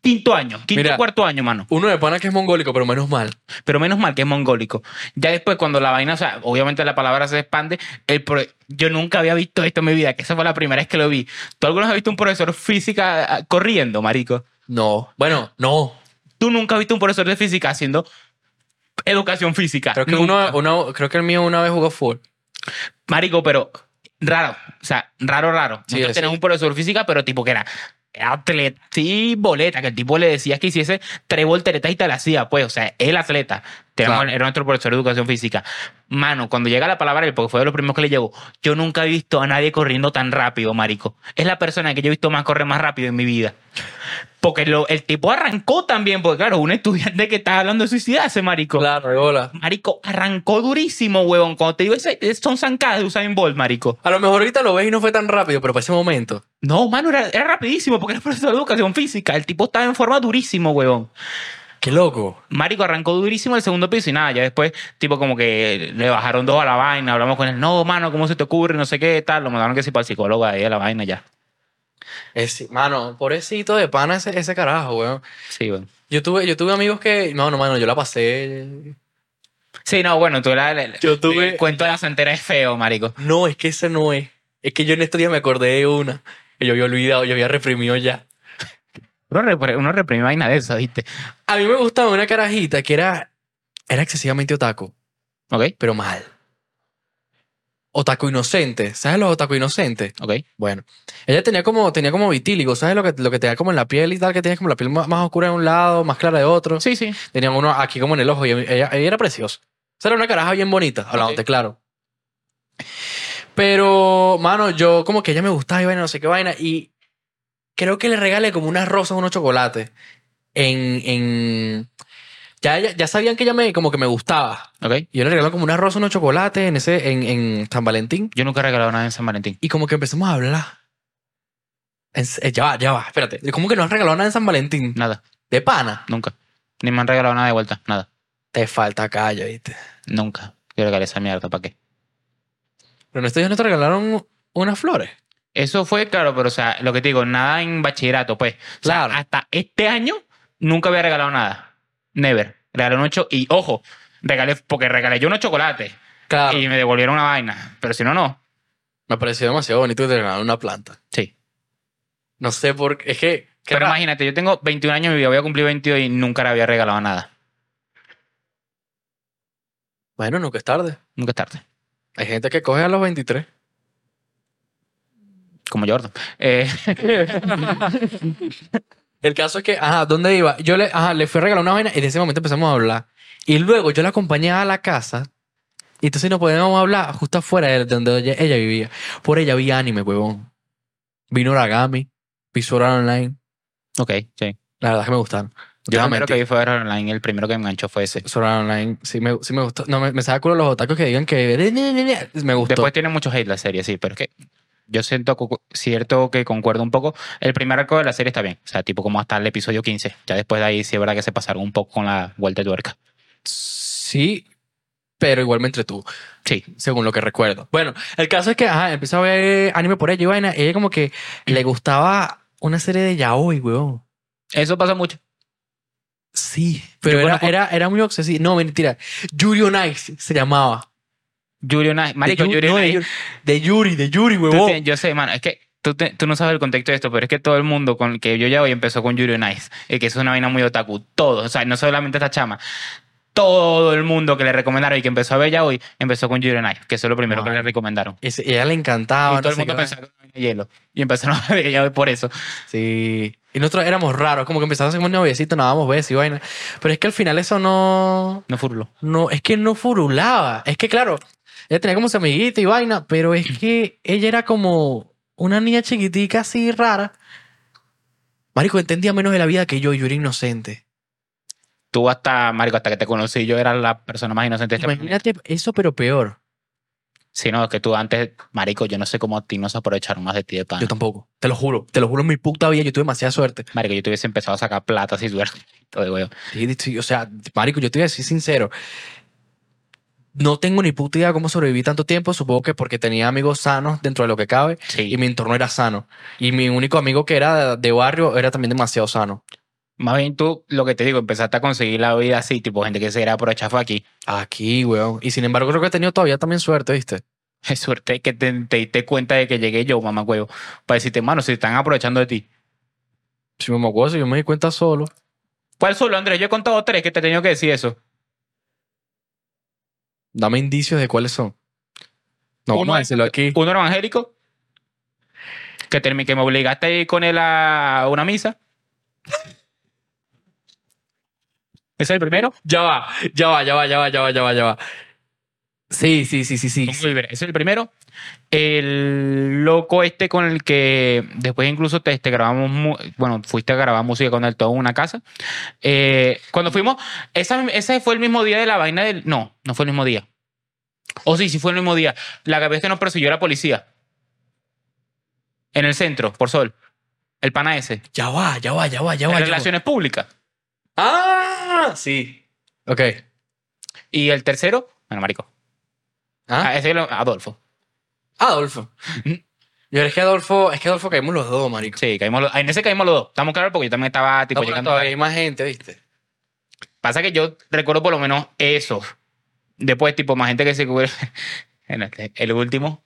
A: quinto año, quinto
B: Mira.
A: cuarto año, mano.
B: Uno de pana que es mongólico, pero menos mal.
A: Pero menos mal que es mongólico. Ya después, cuando la vaina, o sea, obviamente la palabra se expande. El pro- Yo nunca había visto esto en mi vida, que esa fue la primera vez que lo vi. ¿Tú alguna vez has visto un profesor física ah, corriendo, marico?
B: No. Bueno, no.
A: Tú nunca has visto un profesor de física haciendo educación física.
B: Creo que,
A: Nunca.
B: uno, uno- creo que el mío una vez jugó fútbol.
A: Marico, pero raro. O sea, raro, raro.
B: Sí,
A: Nosotros
B: sí.
A: teníamos un profesor de física, pero tipo que era atleta, sí, boleta, que el tipo le decía que hiciese tres volteretas y te la hacía, pues, o sea, el atleta. Teníamos-
B: Claro.
A: Era nuestro profesor de educación física. Mano, cuando llega la palabra él, porque fue de los primeros que le llegó, yo nunca he visto a nadie corriendo tan rápido, marico. Es la persona que yo he visto más correr más rápido en mi vida. Porque lo- el tipo arrancó también, porque claro, un estudiante que está hablando de suicidarse, marico.
B: Claro, de bola.
A: Marico, arrancó durísimo, huevón. Cuando te digo, ese, son zancadas de Usain Bolt, marico.
B: A lo mejor ahorita lo ves y no fue tan rápido, pero para ese momento.
A: No, mano, era, era rapidísimo porque era profesor de educación física. El tipo estaba en forma durísimo, huevón.
B: Qué loco.
A: Marico arrancó durísimo el segundo piso y nada, ya después, tipo, como que le bajaron dos a la vaina. Hablamos con él, no, mano, ¿cómo se te ocurre? No sé qué, tal. Lo mandaron que sí para el psicólogo ahí a la vaina ya.
B: Es, mano, pobrecito de pana ese, ese carajo, weón.
A: Sí, huevón.
B: Yo tuve, yo tuve amigos que. No, no, mano, yo la pasé.
A: Sí, no, bueno, tú la, la-
B: Yo tuve-
A: El cuento de la santera es feo, marico.
B: No, es que ese no es. Es que yo en estos días me acordé de una. que yo había olvidado, yo había reprimido ya.
A: Uno, repre- uno reprime vaina de eso, ¿viste?
B: A mí me gustaba una carajita que era. Era excesivamente otaku,
A: Ok,
B: pero mal. Otaku inocente. ¿Sabes los otaku inocentes?
A: ok.
B: Bueno, ella tenía como, tenía como vitíligo, ¿sabes lo que, lo que te da como en la piel y tal? Que tienes como la piel más, más oscura de un lado, más clara de otro.
A: Sí, sí.
B: Tenía uno aquí como en el ojo y ella, ella era preciosa. O sea, era una caraja bien bonita, hablándote claro. Pero, mano, yo como que ella me gustaba y vaina, no sé qué vaina. Y creo que le regalé como unas rosas, unos chocolates. En. en... Ya, ya, ya sabían que ella me, como que me gustaba.
A: Ok.
B: Y yo le regalé como unas rosas, unos chocolates en, ese, en, en San Valentín.
A: Yo nunca he regalado nada en San Valentín.
B: Y como que empezamos a hablar. En se- eh, ya va, ya va, espérate. ¿Cómo que no has regalado nada en San Valentín?
A: Nada.
B: De pana.
A: Nunca. Ni me han regalado nada de vuelta. Nada.
B: Te falta calle, ¿viste?
A: Nunca. Yo regalé esa mierda, ¿para qué?
B: Pero en estos días no te regalaron unas flores.
A: Eso fue, claro, pero o sea, lo que te digo, nada en bachillerato, pues. O sea,
B: Claro.
A: hasta este año nunca había regalado nada. Never. Regalé un ocho y ojo, regalé, porque regalé yo unos chocolates
B: Claro.
A: y me devolvieron una vaina. Pero si no, no.
B: Me pareció demasiado bonito que te regalaron una planta.
A: Sí.
B: No sé por qué. Es que. qué
A: Pero
B: ra-
A: imagínate, yo tengo 21 años en mi vida, voy a cumplir 22 y nunca le había regalado nada.
B: Bueno, nunca es tarde.
A: Nunca es tarde.
B: Hay gente que coge a los 23.
A: Como Jordan. Eh,
B: El caso es que, ajá, ¿dónde iba? Yo le, ajá, le fui a regalar una vaina y en ese momento empezamos a hablar. Y luego yo la acompañé a la casa y entonces nos podíamos hablar justo afuera de donde ella, ella vivía. Por ella vi anime, huevón. Vino Origami, vi Sword Art Online.
A: ok, sí.
B: La verdad es que me gustaron.
A: Yo
B: Yo
A: el primero que vi fue ver online, el primero que me enganchó fue ese.
B: Sword Art Online sí me, sí me gustó. No, me, me saca culo los otacos que digan que... Me gustó.
A: Después tiene mucho hate la serie, sí, pero es que yo siento cu- cierto que concuerdo un poco. El primer arco de la serie está bien, o sea, tipo como hasta el episodio 15. Ya después de ahí sí es verdad que se pasaron un poco con la vuelta de tuerca.
B: Sí, pero igual me entretuvo,
A: Sí.
B: según lo que recuerdo. Bueno, el caso es que, ajá, empecé a ver anime por ella y vaina. Ella como que le gustaba una serie de yaoi, weón.
A: Eso pasa mucho.
B: Sí, pero
A: Yo
B: era,
A: conozco-
B: era, era muy obsesivo. No, mentira. Yuri on Ice se llamaba.
A: Yuri on Ice. Marico,
B: de, Yu-
A: Yuri
B: no,
A: on
B: de
A: Ice.
B: Yuri- de Yuri, de Yuri,
A: Tú
B: huevón.
A: tienes- yo sé, mano, es que tú, te- tú no sabes el contexto de esto, pero es que todo el mundo con el que yo ya hoy empezó con Yuri on Ice, eh, que es una vaina muy otaku. Todo, o sea, no solamente esta chama. Todo el mundo que le recomendaron y que empezó a ver ya hoy empezó con Yuri on Ice, que eso es lo primero que
B: Ay.
A: le recomendaron.
B: Ese- ella le encantaba.
A: y todo
B: no
A: el
B: sé
A: mundo
B: qué
A: pensaba que era una vaina de hielo. Y empezaron a ver ya hoy por eso.
B: vaina. Sí. Y nosotros éramos raros, como que empezamos a ser como noviecitos, nos dábamos besos y vaina. Pero es que al final eso no.
A: No furlo.
B: No, es que no furulaba. Es que claro, ella tenía como su amiguita y vaina, pero es que ella era como una niña chiquitica así rara. Marico, entendía menos de la vida que yo, y yo era inocente.
A: Tú hasta, Marico, hasta que te conocí, yo era la persona más inocente de este planeta.
B: Imagínate eso, pero peor.
A: Sí, no, es que tú antes, Marico, yo no sé cómo a ti no se aprovecharon más de ti de pan.
B: Yo tampoco. Te lo juro. Te lo juro en mi puta vida. Yo tuve demasiada suerte.
A: Marico, yo te hubiese empezado a sacar plata si tuviera todo de huevo.
B: Sí, sí, O sea, marico, yo te voy a decir sincero. No tengo ni puta idea cómo sobreviví tanto tiempo. Supongo que porque tenía amigos sanos dentro de lo que cabe.
A: Sí.
B: Y mi entorno era sano. Y mi único amigo que era de barrio era también demasiado sano.
A: Más bien tú, lo que te digo, empezaste a conseguir la vida así, tipo gente que se era por fue aquí.
B: Aquí, weón. Y sin embargo, creo que he tenido todavía también suerte, ¿viste?
A: Es suerte que te, te diste cuenta de que llegué yo, mamá huevo, para decirte, mano, se están aprovechando de ti.
B: Si me acuerdo, si yo me di cuenta solo.
A: ¿Cuál solo, Andrés? Yo he contado tres que te he tenido que decir eso.
B: Dame indicios de cuáles son. No,
A: Uno
B: vamos a
A: es-
B: decirlo aquí.
A: Uno era evangélico, que, termi- que me obligaste a ir con él a una misa. ¿Ese es el primero?
B: Ya va, ya va, ya va, ya va, ya va, ya va, ya va. Sí, sí, sí, sí, sí.
A: Pongo libre. Ese es el primero. El loco este con el que después incluso te, te grabamos, mu- bueno, fuiste a grabar música con él todo en una casa. Eh, cuando fuimos, esa, ese fue el mismo día de la vaina del... No, no fue el mismo día. O sí, sí fue el mismo día. La vez que nos persiguió la policía. En el centro, por sol. El pana ese.
B: Ya va, ya va, ya va, ya va.
A: en
B: ya va.
A: relaciones públicas.
B: Ah, sí. Ok.
A: Y el tercero, bueno, marico.
B: ¿Ah?
A: Ah, ese lo- Adolfo.
B: Adolfo. Yo es que Adolfo, es que Adolfo caímos los dos, marico.
A: Sí, caímos los- en ese caímos los dos. Estamos claros porque yo también estaba tipo
B: No, pero
A: llegando.
B: todavía hay más gente, ¿viste?
A: Pasa que yo recuerdo por lo menos eso. Después, tipo, más gente que se cubre. En este, el último.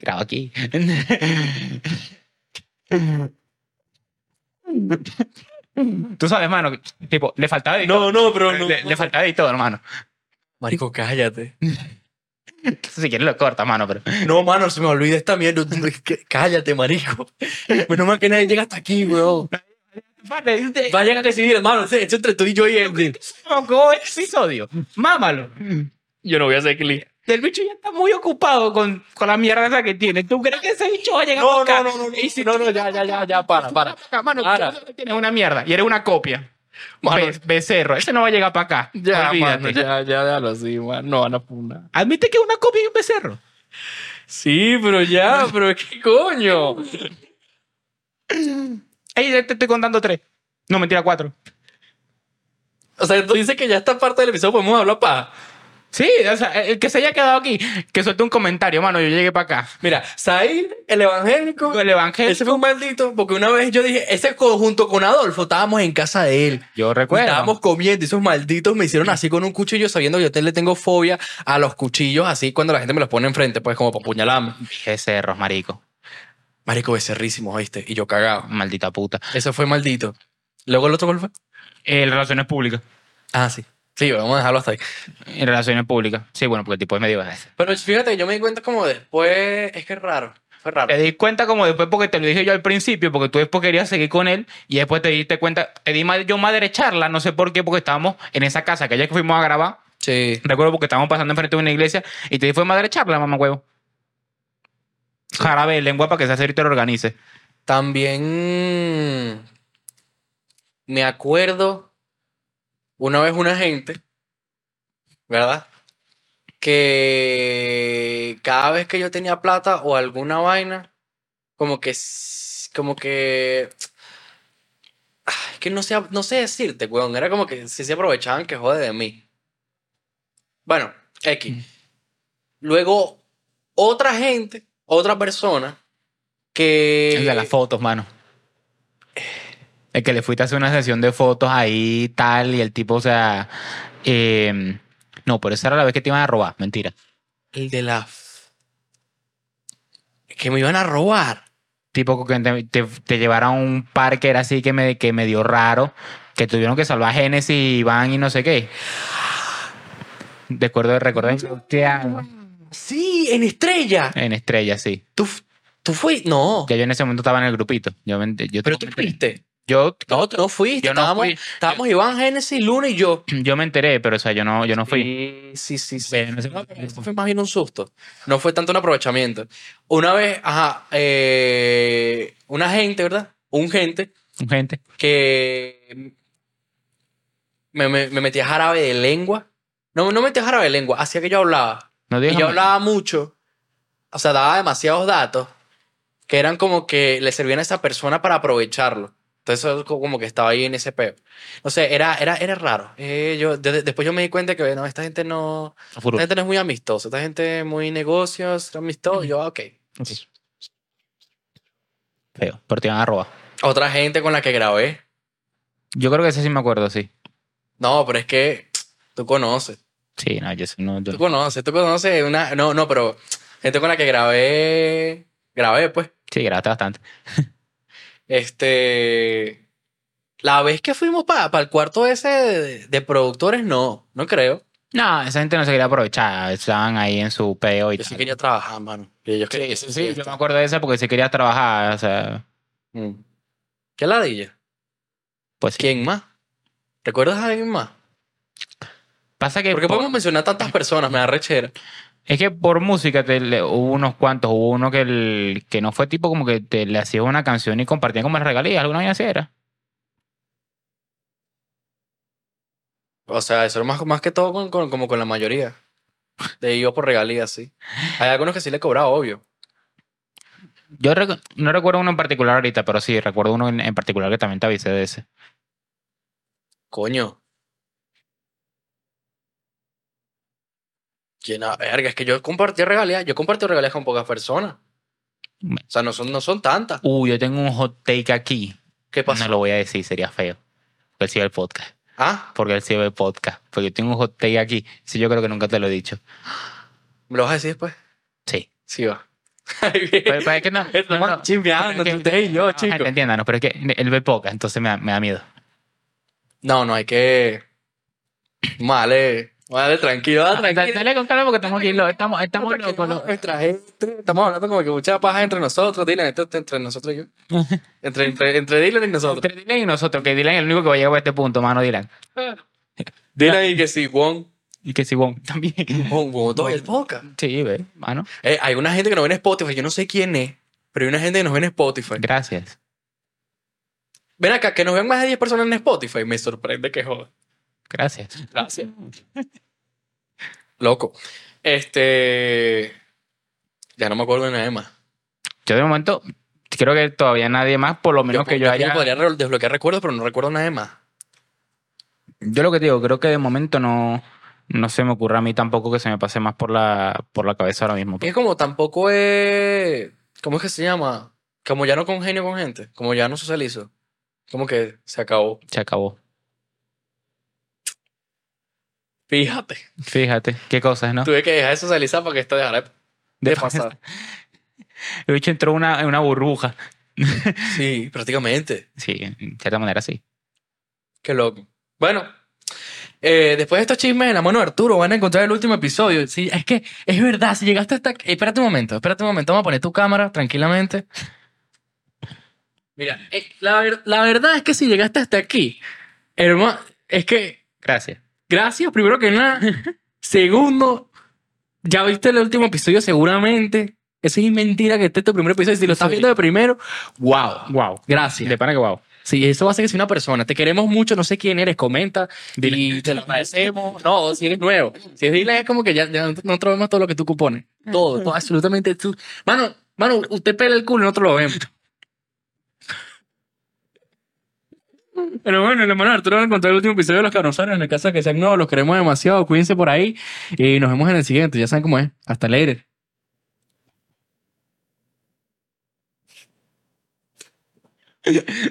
A: Grabo aquí. Tú sabes, hermano, tipo, le faltaba editor.
B: No, no, pero
A: le, le faltaba editor, hermano.
B: Marico, cállate.
A: Si quieres lo corta, mano, pero.
B: No, mano, se me olvida esta mierda. Cállate, marico. Menos mal que nadie llega hasta aquí, weón. Va a llegar a decidir, hermano. Ese ese entre tú y yo y él.
A: Tocó el episodio. Mámalo.
B: Yo no voy a hacer clic.
A: El bicho ya está muy ocupado con, con la mierda esa que tiene. ¿Tú crees que ese bicho va a llegar
B: No,
A: pa' acá?
B: no, no, no,
A: Y si
B: no,
A: tú
B: no, ya,
A: llegas pa'
B: ya, ya,
A: acá,
B: ya, para,
A: tú
B: para.
A: llegas acá, Mano,
B: Para.
A: tú tienes una mierda y eres una copia.
B: Mano.
A: Be- becerro, ese no va a llegar para acá.
B: Ya,
A: Olvídate.
B: mano, ya, ya, déjalo así, mano. No van a punar.
A: Admite que es una copia y un becerro.
B: Sí, pero ya, pero qué coño.
A: Ey, ya te estoy contando tres. No, mentira, cuatro.
B: O sea, tú dices que ya esta parte del episodio podemos hablar para.
A: Sí, o sea, el que se haya quedado aquí, que suelte un comentario, mano, yo llegué para acá.
B: Mira, Said, el evangélico.
A: El evangelio.
B: Ese fue un maldito, porque una vez yo dije, ese co- junto con Adolfo estábamos en casa de él.
A: Yo recuerdo.
B: Estábamos comiendo y esos malditos me hicieron así con un cuchillo sabiendo que yo te- le tengo fobia a los cuchillos así cuando la gente me los pone enfrente, pues como para apuñalarme.
A: Becerros, marico.
B: Marico, becerrísimo, ¿oíste? Y yo cagado.
A: Maldita puta.
B: Eso fue maldito. Luego el otro gol fue.
A: Eh, relaciones públicas.
B: Ah, sí. Sí, vamos a dejarlo hasta ahí.
A: En relaciones públicas. Sí, bueno, porque el tipo es medio ese.
B: Pero fíjate, yo me di cuenta como después, es que es raro, fue raro.
A: Te di cuenta como después porque te lo dije yo al principio, porque tú después querías seguir con él y después te diste cuenta, te di ma- yo madre charla, no sé por qué, porque estábamos en esa casa que ayer que fuimos a grabar,
B: Sí.
A: recuerdo porque estábamos pasando enfrente de una iglesia y te di fue madre charla, mamá huevo. Jarabe, de lengua para que esa serie te lo organice.
B: También me acuerdo una vez una gente, ¿verdad? Que cada vez que yo tenía plata o alguna vaina, como que, s- como que, Ah, es que no sé, no sé decirte, weón. Era como que sí se aprovechaban que jode de mí. Bueno,
A: Mm.
B: X. Luego, otra gente, otra persona que.
A: El de las fotos, mano. El Eh, que le fuiste a hacer una sesión de fotos ahí, tal, y el tipo, o sea. eh, no, pero esa era la vez que te iban a robar, mentira.
B: El de la. f- Que me iban a robar.
A: Tipo que te, te- te llevaron a un parque, era así que me, que me dio raro, que tuvieron que salvar a Genesis y Iván y no sé qué. De acuerdo, de recordar
B: Sí, en estrella.
A: en Estrella, sí.
B: Tú, tú fuiste. No.
A: Ya yo en ese momento estaba en el grupito. Yo, me ent- yo,
B: Pero tú fuiste.
A: yo,
B: No, tú no fuiste.
A: Yo no
B: estábamos,
A: fui.
B: estábamos Iván, Génesis, Luna y yo.
A: yo me enteré, pero o sea, yo no, yo no fui.
B: Sí, sí, sí. sí.
A: Bueno, ese-
B: No, pero esto fue más bien un susto. No fue tanto un aprovechamiento. Una vez, ajá, eh, una gente, ¿verdad? Un gente
A: Gente.
B: que me, me, me metía jarabe de lengua. No, no me metía jarabe de lengua, hacía que yo hablaba.
A: No
B: Y
A: digas
B: yo
A: jamás.
B: hablaba mucho, o sea, daba demasiados datos que eran como que le servían a esa persona para aprovecharlo. Entonces, eso co- como que estaba ahí en ese peo. No sé, era, era, era raro. Eh, yo, de- de- después yo me di cuenta que, no, esta gente no,
A: Furu.
B: esta gente no es muy amistosa. Esta gente es muy negocios, amistosa. Yo, ah, ok.
A: Feo, pero te iban a robar.
B: Otra gente con la que grabé.
A: Yo creo que ese sí me acuerdo, sí.
B: No, pero es que tú conoces.
A: Sí, no, yo sí, no, yo-
B: Tú conoces, tú conoces una. No, no, pero gente con la que grabé. Grabé, pues.
A: sí, grabaste bastante.
B: Este. La vez que fuimos para el cuarto ese de, de productores, no, no creo.
A: No, esa gente no se quería aprovechar. Estaban ahí en su peo y
B: Yo sí
A: tal.
B: quería trabajar, mano. Y yo quería-
A: Sí, sí, sí, yo me acuerdo de esa porque si querías trabajar, o sea,
B: Mm. ¿Qué ladilla?
A: pues sí.
B: ¿Quién más? ¿Recuerdas a alguien más?
A: Pasa que
B: Porque
A: por-
B: podemos mencionar tantas personas, me da rechera.
A: es que por música te, le- hubo unos cuantos, hubo uno que, el- que no fue tipo como que te le hacías una canción y compartían como las regalías, alguna vez así era.
B: O sea, eso es más, más que todo con, con- como con la mayoría. De yo por regalías, sí. Hay algunos que sí le cobraba, obvio.
A: Yo recu- no recuerdo uno en particular ahorita, pero sí, recuerdo uno en, en particular que también te avisé de ese.
B: Coño. Llena verga, es que yo compartí regalías. Yo compartí regalías con pocas personas. O sea, no son, no son tantas.
A: Uh, yo tengo un hot take aquí.
B: ¿Qué pasó?
A: No lo voy a decir, sería feo. Porque él sí ve el podcast.
B: Ah,
A: Porque él sí ve el podcast. Porque yo tengo un hot take aquí. Sí, yo creo que nunca te lo he dicho.
B: ¿me lo vas a decir después?
A: Sí.
B: Sí, va.
A: Pero, pero es que no. no, no.
B: Chismeando,
A: Pero es Pues, que- Ah,
B: ustedes y yo,
A: No, gente, entiéndanos, pero es que él ve el podcast, entonces me da, me da miedo.
B: No, no, hay que. Vale, vale, tranquilo, dale,
A: Ah, Dale,
B: tranquilo.
A: dale con calma porque estamos aquí, lo- estamos, estamos
B: Porque
A: locos.
B: no,
A: lo-
B: nuestra gente, Estamos hablando como que mucha paja entre nosotros, Dylan, esto está entre nosotros y yo. Entre, entre, entre Dylan y nosotros.
A: Entre Dylan y nosotros, que Dylan es el único que va a llegar a este punto, mano Dylan.
B: Dylan y que sí, Wong.
A: Y que si Wong también.
B: Wong, Wong, todo el podcast.
A: Sí, ve, mano.
B: Eh, hay una gente que nos ve en Spotify, yo no sé quién es, pero hay una gente que nos ve en Spotify.
A: pues, Gracias.
B: Ven acá, que nos ven más de 10 personas en Spotify, me sorprende que joda.
A: Gracias.
B: Gracias. Loco. Este. Ya no me acuerdo de nada más.
A: Yo de momento creo que todavía nadie más, por lo menos que yo haya.
B: podría re- desbloquear recuerdos, pero no recuerdo nada más.
A: Yo lo que te digo, creo que de momento no, no se me ocurre a mí tampoco que se me pase más por la, por la cabeza ahora mismo.
B: Es como tampoco es. ¿Cómo es que se llama? Como ya no congenio con gente, como ya no socializo. Como que se acabó.
A: Se acabó.
B: Fíjate.
A: Fíjate, qué cosas, ¿no?
B: Tuve que dejar de socializar para que esto dejara de- de pasar.
A: El bicho entró una, en una burbuja.
B: Sí, prácticamente.
A: Sí, en cierta manera sí.
B: Qué loco. Bueno, eh, después de estos chismes en la mano de Arturo, van a encontrar el último episodio. Sí, es que es verdad, si llegaste hasta... aquí- Espérate un momento, espérate un momento. Vamos a poner tu cámara tranquilamente. Mira, eh, la, ver- la verdad es que si llegaste hasta aquí, hermano, es que
A: Gracias.
B: gracias primero que nada. Segundo, ya viste el último episodio seguramente. Eso es mentira que este es tu primer episodio. Si lo estás
A: Sí.
B: viendo de primero, wow.
A: Wow.
B: Gracias.
A: De pana que wow.
B: Sí, eso va a ser que si una persona, te queremos mucho, no sé quién eres, comenta
A: Dile.
B: y te lo agradecemos. No, si eres nuevo. Si es Dylan, es como que ya, ya nosotros vemos todo lo que tú compones. Todo, todo, absolutamente tú. Mano, mano, usted pela el culo y nosotros lo vemos. Pero bueno, el hermano Arturo nos contó el último episodio de Los Cabronzones. En el caso de que sean nuevos, los queremos demasiado. Cuídense por ahí. Y nos vemos en el siguiente. Ya saben cómo es. Hasta later.